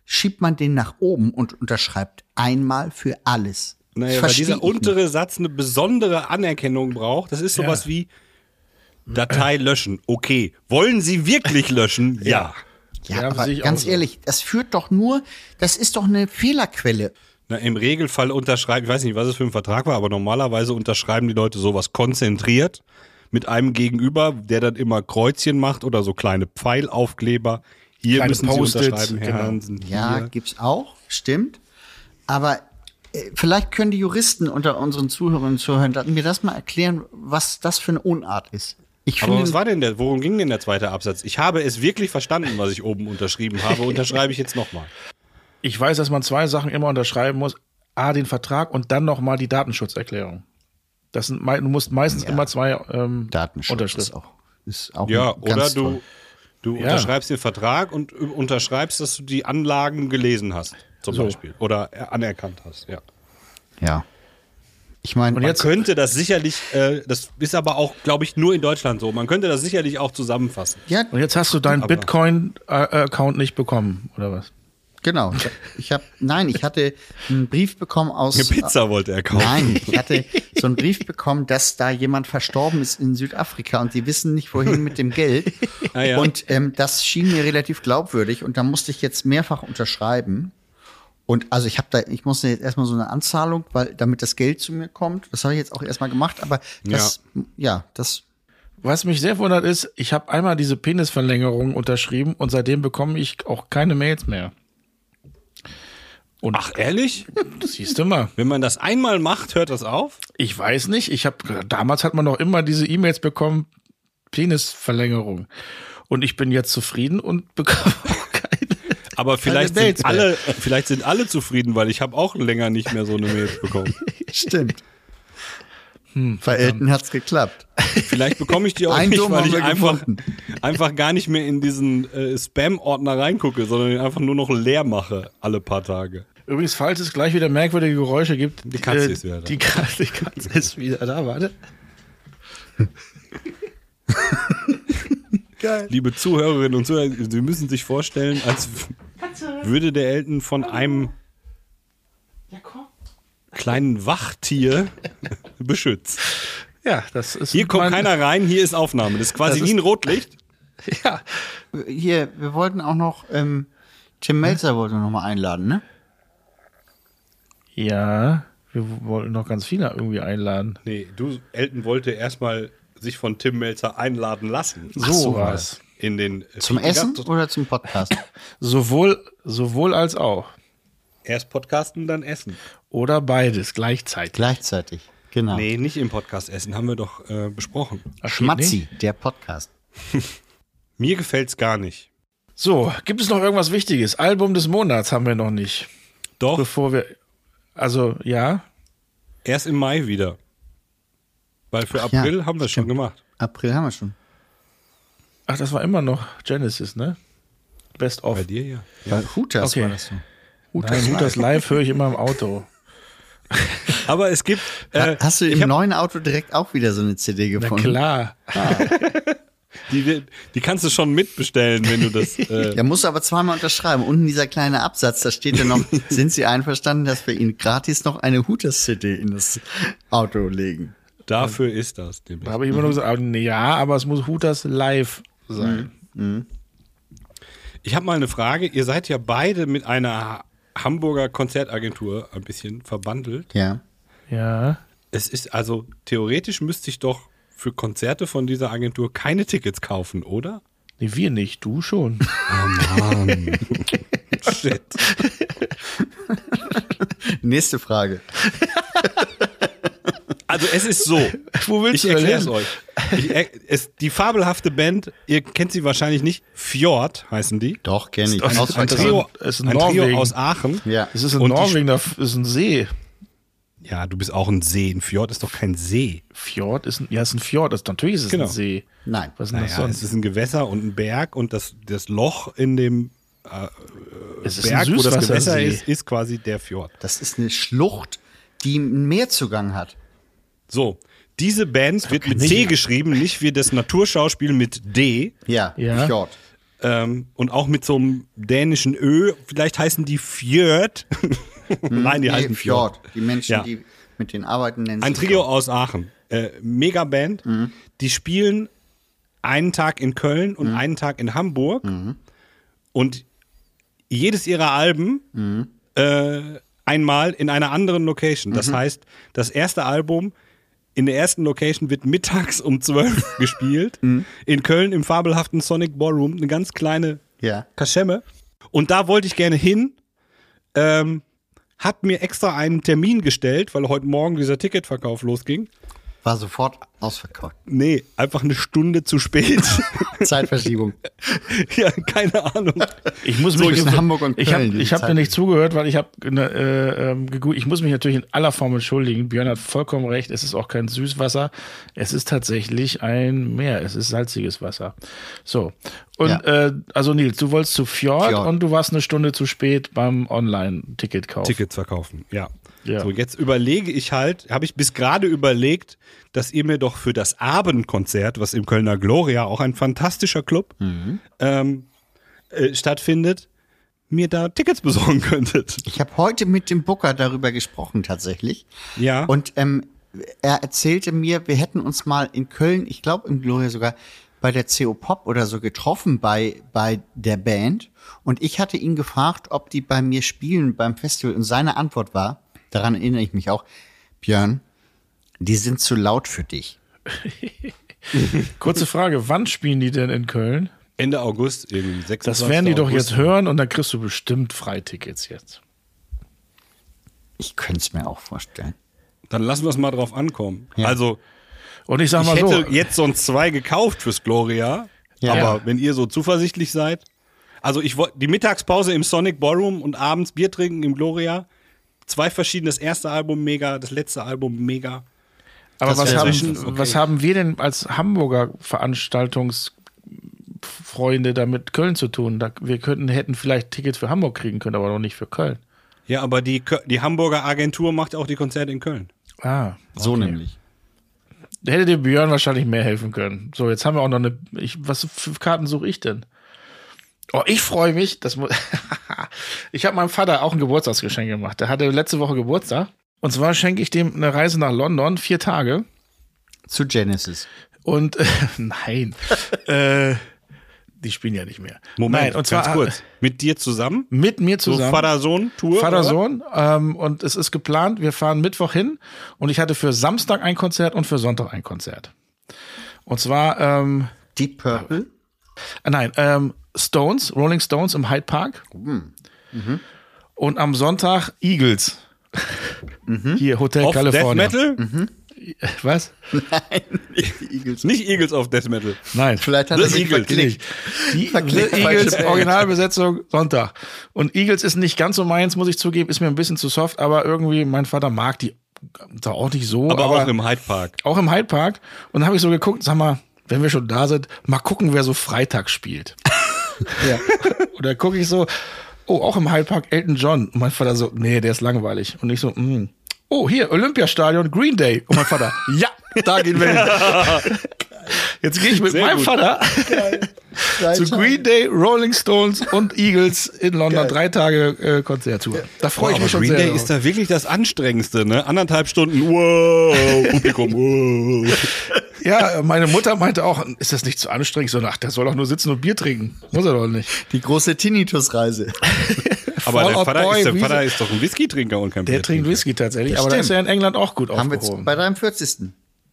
C: schiebt man den nach oben und unterschreibt einmal für alles?
D: Naja, weil
C: Versteh
D: dieser
C: ich
D: untere Satz eine besondere Anerkennung braucht. Das ist sowas wie Datei löschen. Okay. Wollen Sie wirklich löschen? Ja.
C: nicht. Ja,
B: Ja,
C: aber
B: sehe ich auch
C: ganz
B: so.
C: ehrlich, das führt doch nur, das ist doch eine Fehlerquelle.
D: Na, Im Regelfall unterschreiben, ich weiß nicht, was es für ein Vertrag war, aber normalerweise unterschreiben die Leute sowas konzentriert mit einem Gegenüber, der dann immer Kreuzchen macht oder so kleine Pfeilaufkleber. Hier
B: Kleine
D: müssen Sie
B: Post-its,
D: unterschreiben, Herr
B: genau.
D: Hansen.
C: Ja,
D: hier.
C: gibt's auch, stimmt. Aber äh, vielleicht können die Juristen unter unseren Zuhörerinnen und Zuhörern mir das mal erklären, was das für eine Unart ist. Ich
D: Aber was
C: finde,
D: war denn der, worum ging denn der zweite Absatz? Ich habe es wirklich verstanden, was ich oben unterschrieben habe. Unterschreibe ich jetzt nochmal.
B: Ich weiß, dass man zwei Sachen immer unterschreiben muss. A, den Vertrag und dann nochmal die Datenschutzerklärung. Das sind, mei- du musst meistens immer zwei ähm,
C: Datenschutz ist
B: Unterschriften.
C: auch, ist auch
D: Ja,
C: ganz
D: oder du,
C: toll.
D: du
B: Ja.
D: unterschreibst den Vertrag und äh, unterschreibst, dass du die Anlagen gelesen hast, zum Beispiel. Oder äh, anerkannt hast, ja.
C: Ja. Ich meine,
B: Und
D: Man
B: jetzt-
D: könnte das sicherlich, äh, das ist aber auch, glaube ich, nur in Deutschland so. Man könnte das sicherlich auch zusammenfassen.
C: ja,
B: Und jetzt hast du deinen
D: Aber-
B: Bitcoin-Account nicht bekommen, oder was?
C: genau. Ich habe, nein, ich hatte einen Brief bekommen aus.
D: Eine Pizza wollte er kaufen.
C: Nein, ich hatte so einen Brief bekommen, dass da jemand verstorben ist in Südafrika und die wissen nicht, wohin mit dem Geld.
D: Ah, ja.
C: Und ähm, das schien mir relativ glaubwürdig und da musste ich jetzt mehrfach unterschreiben. Und also ich habe da, ich musste jetzt erstmal so eine Anzahlung, weil damit das Geld zu mir kommt. Das habe ich jetzt auch erstmal gemacht, aber das, ja, das,
B: Was mich sehr wundert ist, ich habe einmal diese Penisverlängerung unterschrieben und seitdem bekomme ich auch keine Mails mehr. Und
D: Ach, ehrlich?
B: siehst du mal.
D: Wenn man das einmal macht, hört das auf?
B: Ich weiß nicht. Ich habe damals hat man noch immer diese E-Mails bekommen, Penisverlängerung. Und ich bin jetzt zufrieden und bekomme auch keine.
D: Aber vielleicht sind,
B: Mails mehr.
D: alle, vielleicht sind alle zufrieden, weil ich habe auch länger nicht mehr so eine Mail bekommen.
C: Stimmt.
D: Hm,
C: Bei Elton hat's geklappt.
D: Vielleicht bekomme ich die auch
C: Einen
D: nicht,
C: Dumm
D: weil
C: haben
D: ich
C: wir
D: einfach,
C: gefunden.
D: einfach gar nicht mehr in diesen äh, Spam-Ordner reingucke, sondern ihn einfach nur noch leer mache alle paar Tage.
B: Übrigens, falls es gleich wieder merkwürdige Geräusche gibt, äh,
D: Die Katze ist wieder da.
B: Die Katze, die Katze ist wieder da. Warte.
D: Liebe Zuhörerinnen und Zuhörer, Sie müssen sich vorstellen, als würde der Elton von einem kleinen Wachtier beschützt.
B: Ja, das ist.
D: Hier kommt
B: mein-
D: keiner rein, hier ist Aufnahme. Das ist quasi
B: Das
D: wie
B: ist-
D: ein Rotlicht.
B: Ja,
C: Hier, wir wollten auch noch, ähm, Tim Melzer wollte noch mal einladen, ne?
B: Ja, wir wollten noch ganz viele irgendwie einladen.
D: Nee, du, Elton wollte erstmal sich von Tim Melzer einladen lassen.
B: So, war's.
D: In den äh,
C: Zum Essen oder zum Podcast?
B: Sowohl, sowohl als auch.
D: Erst podcasten, dann essen.
B: Oder beides gleichzeitig.
C: Gleichzeitig. Genau.
D: Nee, nicht im Podcast essen, haben wir doch äh, besprochen.
B: Ach, geht nicht?
C: Schmatzi, der Podcast.
D: Mir gefällt's gar nicht.
B: So, gibt es noch irgendwas Wichtiges? Album des Monats haben wir noch nicht.
D: Doch,
B: Bevor wir. Also, ja.
D: erst im Mai wieder. Weil für
C: ja,
D: April haben wir es schon gemacht.
C: April haben wir schon.
B: Ach, das war immer noch Genesis, ne? Best of.
D: Bei dir ja.
C: Bei Hutas
B: Okay.
C: war das so.
B: Nein, gut, das live höre ich immer im Auto.
D: Aber es gibt. Äh,
C: Hast du
D: ich
C: im
D: hab-
C: neuen Auto direkt auch wieder so eine CD
B: Na
C: gefunden?
B: klar.
D: die, die kannst du schon mitbestellen, wenn du das. Äh,
C: Ja, musst du aber zweimal unterschreiben. Unten dieser kleine Absatz, da steht ja noch, sind Sie einverstanden, dass wir Ihnen gratis noch eine Hutas-CD in das Auto legen?
D: Dafür ist das nämlich.
B: Da habe ich immer nur gesagt, ah, nee, ja, aber es muss Hutas live sein.
D: Ich habe mal eine Frage. Ihr seid ja beide mit einer Hamburger Konzertagentur ein bisschen verbandelt.
C: Ja.
B: Ja.
D: Es ist also theoretisch müsste ich doch für Konzerte von dieser Agentur keine Tickets kaufen, oder?
B: Nee, wir nicht, du schon.
D: Shit.
C: Nächste Frage.
D: Also es ist so.
B: Wo willst
D: ich
B: du denn
D: erkläre es
B: hin?
D: euch. Ich er, es, die fabelhafte Band, ihr kennt sie wahrscheinlich nicht, Fjord heißen die.
C: Doch, kenne ich.
B: Ist doch-
C: Aus
D: Ein Trio,
B: Es ist
D: ein
B: Norwegen.
D: Trio aus Aachen.
C: ja.
B: Es ist in
D: Und die
B: Norwegen, da f- ist ein See.
D: Ja, du bist auch ein See. Ein Fjord ist doch kein See.
B: Fjord ist ein, ja, ist ein Fjord. Ist, natürlich ist es
D: Genau.
B: ein See.
C: Nein.
B: Was ist denn das
D: Naja, es
B: sonst?
D: ist ein Gewässer und ein Berg und das, das Loch in dem
B: Es ist
D: Berg, wo das Gewässer
B: Süßwassersee.
D: ist, ist quasi der Fjord.
C: Das ist eine Schlucht, die einen Meerzugang hat.
D: So, diese Band wird mit C geschrieben, nicht wie das Naturschauspiel mit D
C: Ja,
B: Ja.
C: Fjord.
D: ähm, und auch mit so einem dänischen Ö. Vielleicht heißen die Fjord. Nein, die
C: Nee,
D: heißen Fjord.
C: Die Menschen,
D: Ja.
C: die mit den Arbeiten nennen
D: Ein
C: sie Mhm.
D: Trio
C: Fjord.
D: aus Aachen. Äh, Megaband. Die spielen einen Tag in Köln
C: Mhm.
D: und einen Tag in Hamburg. Und jedes ihrer Alben
C: Mhm.
D: äh, einmal in einer anderen Location.
C: Mhm.
D: Das heißt, das erste Album in der ersten Location wird mittags um 12 gespielt.
C: Mhm.
D: In Köln im fabelhaften Sonic Ballroom. Eine ganz kleine
C: Ja.
D: Kaschemme. Und da wollte ich gerne hin. Ähm, hat mir extra einen Termin gestellt, weil heute Morgen dieser Ticketverkauf losging.
C: War sofort ausverkauft.
D: Nee, einfach eine Stunde zu spät.
C: Zeitverschiebung.
D: ja, keine Ahnung.
B: Ich muss
C: So,
B: mich
C: zwischen Hamburg und
B: Ich habe
C: Köln, die
B: hab dir
C: Zeit.
B: nicht zugehört, weil ich habe äh, ähm, gegoo- Ich muss mich natürlich in aller Form entschuldigen. Björn hat vollkommen recht. Es ist auch kein Süßwasser. Es ist tatsächlich ein Meer. Es ist salziges Wasser. So. Und
C: Ja.
B: äh, also Nils, du wolltest zu Fjord,
C: Fjord.
B: und du warst eine Stunde zu spät beim Online-Ticketkauf.
D: Tickets verkaufen, ja.
B: Ja.
D: So, jetzt überlege ich halt, habe ich bis gerade überlegt, dass ihr mir doch für das Abendkonzert, was im Kölner Gloria, auch ein fantastischer Club,
B: Mhm.
D: ähm, äh, stattfindet, mir da Tickets besorgen könntet.
C: Ich habe heute mit dem Booker darüber gesprochen tatsächlich.
D: Ja.
C: Und ähm, er erzählte mir, wir hätten uns mal in Köln, ich glaube im Gloria sogar, bei der CO Pop oder so getroffen bei, bei der Band. Und ich hatte ihn gefragt, ob die bei mir spielen beim Festival. Und seine Antwort war, daran erinnere ich mich auch, Björn, die sind zu laut für dich.
B: Kurze Frage: Wann spielen die denn in Köln?
D: Ende August, im 26.
B: Das werden die doch
D: August.
B: jetzt hören und dann kriegst du bestimmt Freitickets jetzt.
C: Ich könnte es mir auch vorstellen.
D: Dann lassen wir es mal drauf ankommen.
C: Ja.
D: Also,
B: Und ich sag
D: ich
B: mal so,
D: hätte jetzt so ein 2 gekauft fürs Gloria.
C: Ja.
D: Aber wenn ihr so zuversichtlich seid. Also, ich wollte die Mittagspause im Sonic Ballroom und abends Bier trinken im Gloria. Zwei verschiedene, das erste Album mega, das letzte Album mega.
B: aber
C: das
B: was
C: wäre
B: haben,
C: zwischen- okay.
B: was haben wir denn als Hamburger Veranstaltungsfreunde damit Köln zu tun? Da, wir könnten, hätten vielleicht Tickets für Hamburg kriegen können, aber noch nicht für Köln.
D: Ja, aber die, Kö- die Hamburger Agentur macht auch die Konzerte in Köln.
B: Ah,
C: So nämlich.
B: Da hätte dir Björn wahrscheinlich mehr helfen können. So, jetzt haben wir auch noch eine. Ich, was für Karten suche ich denn? Oh, ich freue mich. Das mu- ich habe meinem Vater auch ein Geburtstagsgeschenk gemacht. Der hatte letzte Woche Geburtstag. Und zwar schenke ich dem eine Reise nach London, vier Tage.
C: Zu Genesis.
B: Und äh, nein, äh, die spielen ja nicht mehr. nein, und zwar
D: ganz kurz. Mit dir zusammen?
B: mit mir
D: So
B: zusammen.
D: Vater-Sohn-Tour?
B: Vater,
D: oder?
B: Sohn. Ähm, und es ist geplant, wir fahren Mittwoch hin und ich hatte für Samstag ein Konzert und für Sonntag ein Konzert. Und zwar, ähm,
C: Deep Purple.
B: äh, nein, ähm, Stones, Rolling Stones im Hyde Park.
D: Mm. Mhm.
B: Und am Sonntag Eagles. Hier, Hotel
D: Mhm. Auf Death
B: California. Mhm.
D: Metal?
B: Was?
C: Eagles.
D: Nicht Eagles auf Death Metal.
B: Nein.
C: Vielleicht hat
D: The
C: er sich
D: Eagles.
C: verklickt.
B: Die
C: Verklickt,
B: The
C: falsche
B: Eagles,
C: Band.
B: Originalbesetzung, Sonntag. Und Eagles ist nicht ganz so meins, muss ich zugeben, ist mir ein bisschen zu soft, aber irgendwie, mein Vater mag die da auch nicht so.
D: Aber, auch im Hyde Park.
B: auch im Hyde Park. Und da habe ich so geguckt, sag mal, wenn wir schon da sind, mal gucken, wer so Freitag spielt. ja. Und da gucke ich so, oh, auch im Hyde Park Elton John. Und mein Vater so, nee, der ist langweilig. Und ich so, mm. oh, hier, Olympiastadion, Green Day. Und mein Vater, ja, da gehen wir hin. Jetzt gehe ich mit
D: Sehr
B: meinem
D: gut.
B: Vater zu Green Day, Rolling Stones und Eagles in London. Drei Tage äh, Konzerttour. Da freue ich mich schon
D: Green
B: sehr.
D: Day
B: drauf.
D: ist da wirklich das Anstrengendste, ne? Anderthalb Stunden, wow, Publikum, wow.
B: Ja, meine Mutter meinte auch, ist das nicht zu anstrengend? So, ach, der soll doch nur sitzen und Bier trinken. Muss er doch nicht.
C: Die große Tinnitus-Reise.
D: Aber
B: Fall
D: der
B: Out
D: Vater,
B: Boy,
D: ist, der
B: wie
D: Vater
B: sie-
D: ist doch ein Whisky-Trinker und kein
B: Der trinkt
D: Biertrinker.
B: Whisky tatsächlich, aber da
C: stimmt.
B: ist er in England auch gut
C: Haben wir jetzt
B: aufgehoben.
C: bei deinem 40.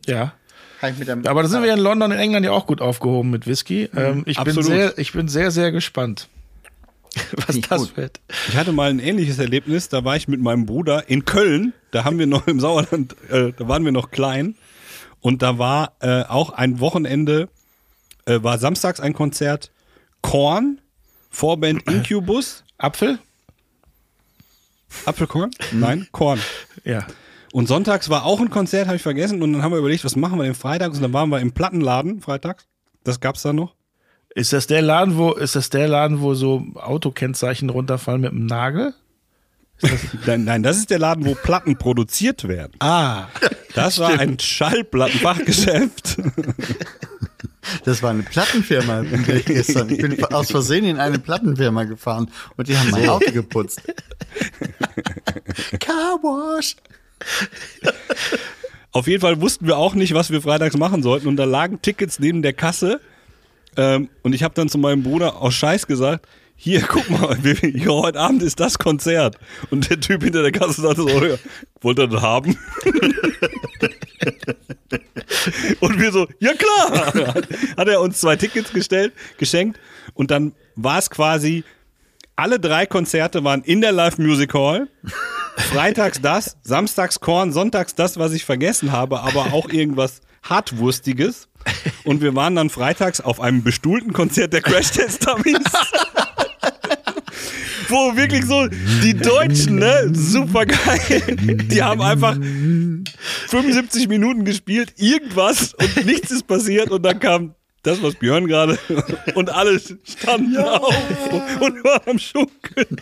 B: Ja.
C: Kann ich mit einem
B: Aber da sind wir in London, in England ja auch gut aufgehoben mit Whisky. Ähm, ich, bin
D: absolut.
B: sehr, ich bin sehr, sehr gespannt, was
C: Nicht
B: das
C: gut.
B: wird.
D: Ich hatte mal ein ähnliches Erlebnis, da war ich mit meinem Bruder in Köln, da haben wir noch im Sauerland, äh, da waren wir noch klein und da war äh, auch ein Wochenende, äh, war samstags ein Konzert, Korn, Vorband Incubus,
B: Apfel?
D: Apfelkorn? Nein, Korn.
B: Ja.
D: Und sonntags war auch ein Konzert, habe ich vergessen. Und dann haben wir überlegt, was machen wir denn freitags? Und dann waren wir im Plattenladen freitags. Das gab's da noch.
B: Ist das der Laden, wo, ist das der Laden, wo so Autokennzeichen runterfallen mit einem Nagel?
D: Nein, nein, das ist der Laden, wo Platten produziert werden.
B: Ah.
D: Das war ein Schallplattenfachgeschäft.
C: Das war eine Plattenfirma gestern. Ich bin aus Versehen in eine Plattenfirma gefahren und die haben mein Auto geputzt. Carwash.
D: Auf jeden Fall wussten wir auch nicht, was wir freitags machen sollten. Und da lagen Tickets neben der Kasse. Ähm, und ich habe dann zu meinem Bruder aus Scheiß gesagt, hier, guck mal, wir, hier, heute Abend ist das Konzert. Und der Typ hinter der Kasse sagte so, ja, wollt ihr das haben? und wir so, ja klar! Hat er uns zwei Tickets gestellt, geschenkt. Und dann war es quasi, alle drei Konzerte waren in der Live Music Hall. Freitags das, samstags Korn, sonntags das, was ich vergessen habe, aber auch irgendwas Hartwurstiges. Und wir waren dann freitags auf einem bestuhlten Konzert der Crash Test Dummies. Wo wirklich so die Deutschen, ne? Super geil. Die haben einfach 75 Minuten gespielt, irgendwas und nichts ist passiert und dann kam das, was Björn gerade und alle standen auf und waren am Schunkeln.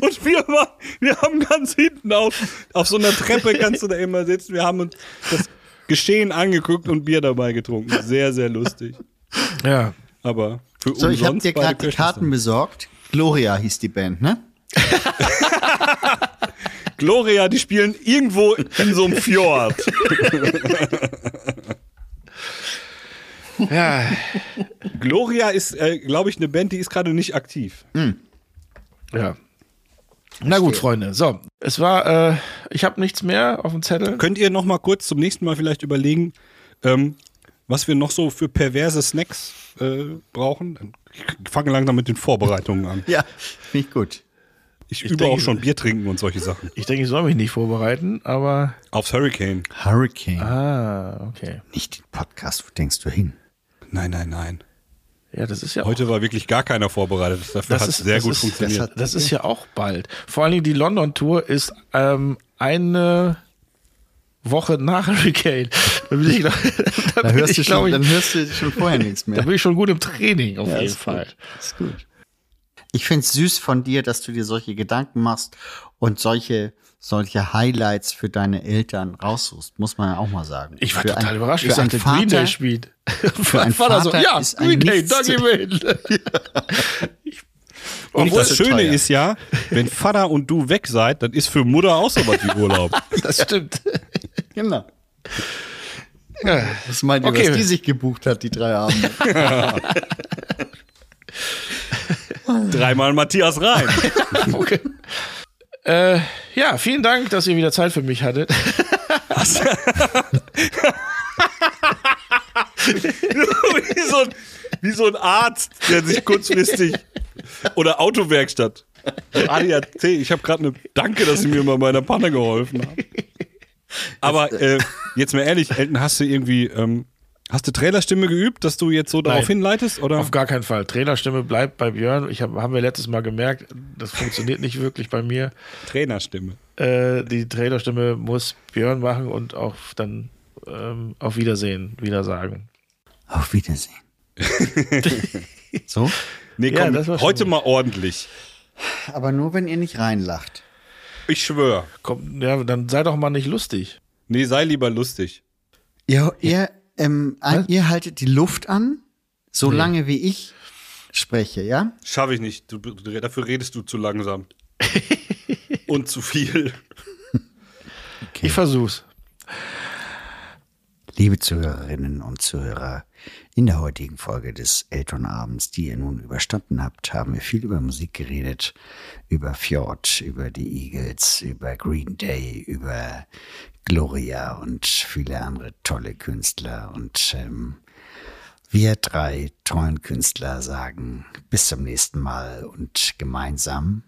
D: Und wir, waren, wir haben ganz hinten auf, auf so einer Treppe kannst du da immer sitzen. Wir haben uns das Geschehen angeguckt und Bier dabei getrunken. Sehr, sehr lustig.
B: Ja.
D: Aber für
C: So, ich habe
D: umsonst
C: dir
D: bei
C: gerade
D: der
C: die Karten besorgt. Gloria hieß die Band, ne?
D: Gloria, die spielen irgendwo in so einem Fjord.
B: Ja.
D: Gloria ist, äh, glaube ich, eine Band, die ist gerade nicht aktiv.
B: ja. Na gut, Freunde. So, es war, äh, ich habe nichts mehr auf dem Zettel.
D: Könnt ihr noch mal kurz zum nächsten Mal vielleicht überlegen, ähm, was wir noch so für perverse Snacks äh, brauchen? Ich fange langsam mit den Vorbereitungen an.
C: Ja, finde ich gut.
D: Ich,
B: Ich
D: übe auch
B: denke-
D: schon Bier trinken und solche Sachen.
B: Ich denke, ich soll mich nicht vorbereiten, aber.
D: Aufs Hurricane.
C: Hurricane.
B: Ah, okay.
C: Nicht den Podcast, wo denkst du hin?
D: Nein, nein, nein.
B: Ja, das ist ja
D: Heute war wirklich gar keiner vorbereitet. Dafür
B: Das
D: hat es
B: ist-
D: sehr
B: das
D: gut
B: ist-
D: funktioniert.
C: das hat-
B: Das ist ja auch bald. Vor allen Dingen die London-Tour ist ähm, eine Woche nach Hurricane. Da bin ich, da,
C: Da
B: bin
C: hörst,
B: ich,
C: du
B: glaub
C: schon,
B: ich,
C: dann hörst du schon vorher nichts
B: da
C: mehr.
B: bin ich schon gut im Training auf jeden
C: ist
B: Fall.
C: Gut. Ist gut. Ich finde es süß von dir, dass du dir solche Gedanken machst und solche, solche Highlights für deine Eltern raussuchst, muss man ja auch mal sagen.
B: Ich war
C: für
B: total
C: ein-
B: überrascht.
C: Für
B: Ich
C: einen
B: sagte, Green
C: Vater,
B: Day spielt. Für
C: einen Vater
B: ja,
C: ist ein
B: Green Day,
C: Nichts
B: da
C: zu-
B: gehen wir hin. Ich-
D: Und
B: Obwohl-
D: das Schöne
C: teuer.
D: ist ja, wenn Vater und du weg seid, dann ist für Mutter auch sowas wie Urlaub.
B: das stimmt.
C: Genau. Was meint ihr,
B: Okay.
C: was die sich gebucht hat, die drei Abende?
D: Dreimal Matthias rein.
B: Okay. Äh, ja, vielen Dank, dass ihr wieder Zeit für mich hattet.
D: wie, so ein, wie so ein Arzt, der sich kurzfristig oder Autowerkstatt. ADAC, ich habe gerade eine Danke, dass Sie mir mal bei meiner Panne geholfen haben. Aber äh, jetzt mal ehrlich, Elton, hast du irgendwie, ähm, hast du Trailerstimme geübt, dass du jetzt so darauf
B: Nein.
D: hinleitest? Oder?
B: Auf gar keinen Fall. Trainerstimme bleibt bei Björn. Ich hab, haben wir letztes Mal gemerkt, das funktioniert nicht wirklich bei mir.
D: Trainerstimme.
B: Äh, die Trainerstimme muss Björn machen und auch dann ähm, auf Wiedersehen wieder sagen.
C: Auf Wiedersehen. so?
D: Nee,
B: Ja,
D: komm,
B: das war schon
D: heute
B: gut.
D: mal ordentlich.
C: Aber nur, wenn ihr nicht reinlacht.
D: Ich schwöre.
B: Komm, ja, dann sei doch mal nicht lustig.
D: Nee, sei lieber lustig.
C: Ihr, ihr, ähm, an, ihr haltet die Luft an, so lange wie ich spreche, ja?
D: Schaffe ich nicht. Du, du, dafür redest du zu langsam. Und zu viel.
B: Ich versuch's.
C: Liebe Zuhörerinnen und Zuhörer, in der heutigen Folge des Elternabends, die ihr nun überstanden habt, haben wir viel über Musik geredet, über Fjord, über die Eagles, über Green Day, über Gloria und viele andere tolle Künstler. Und ähm, wir drei tollen Künstler sagen bis zum nächsten Mal und gemeinsam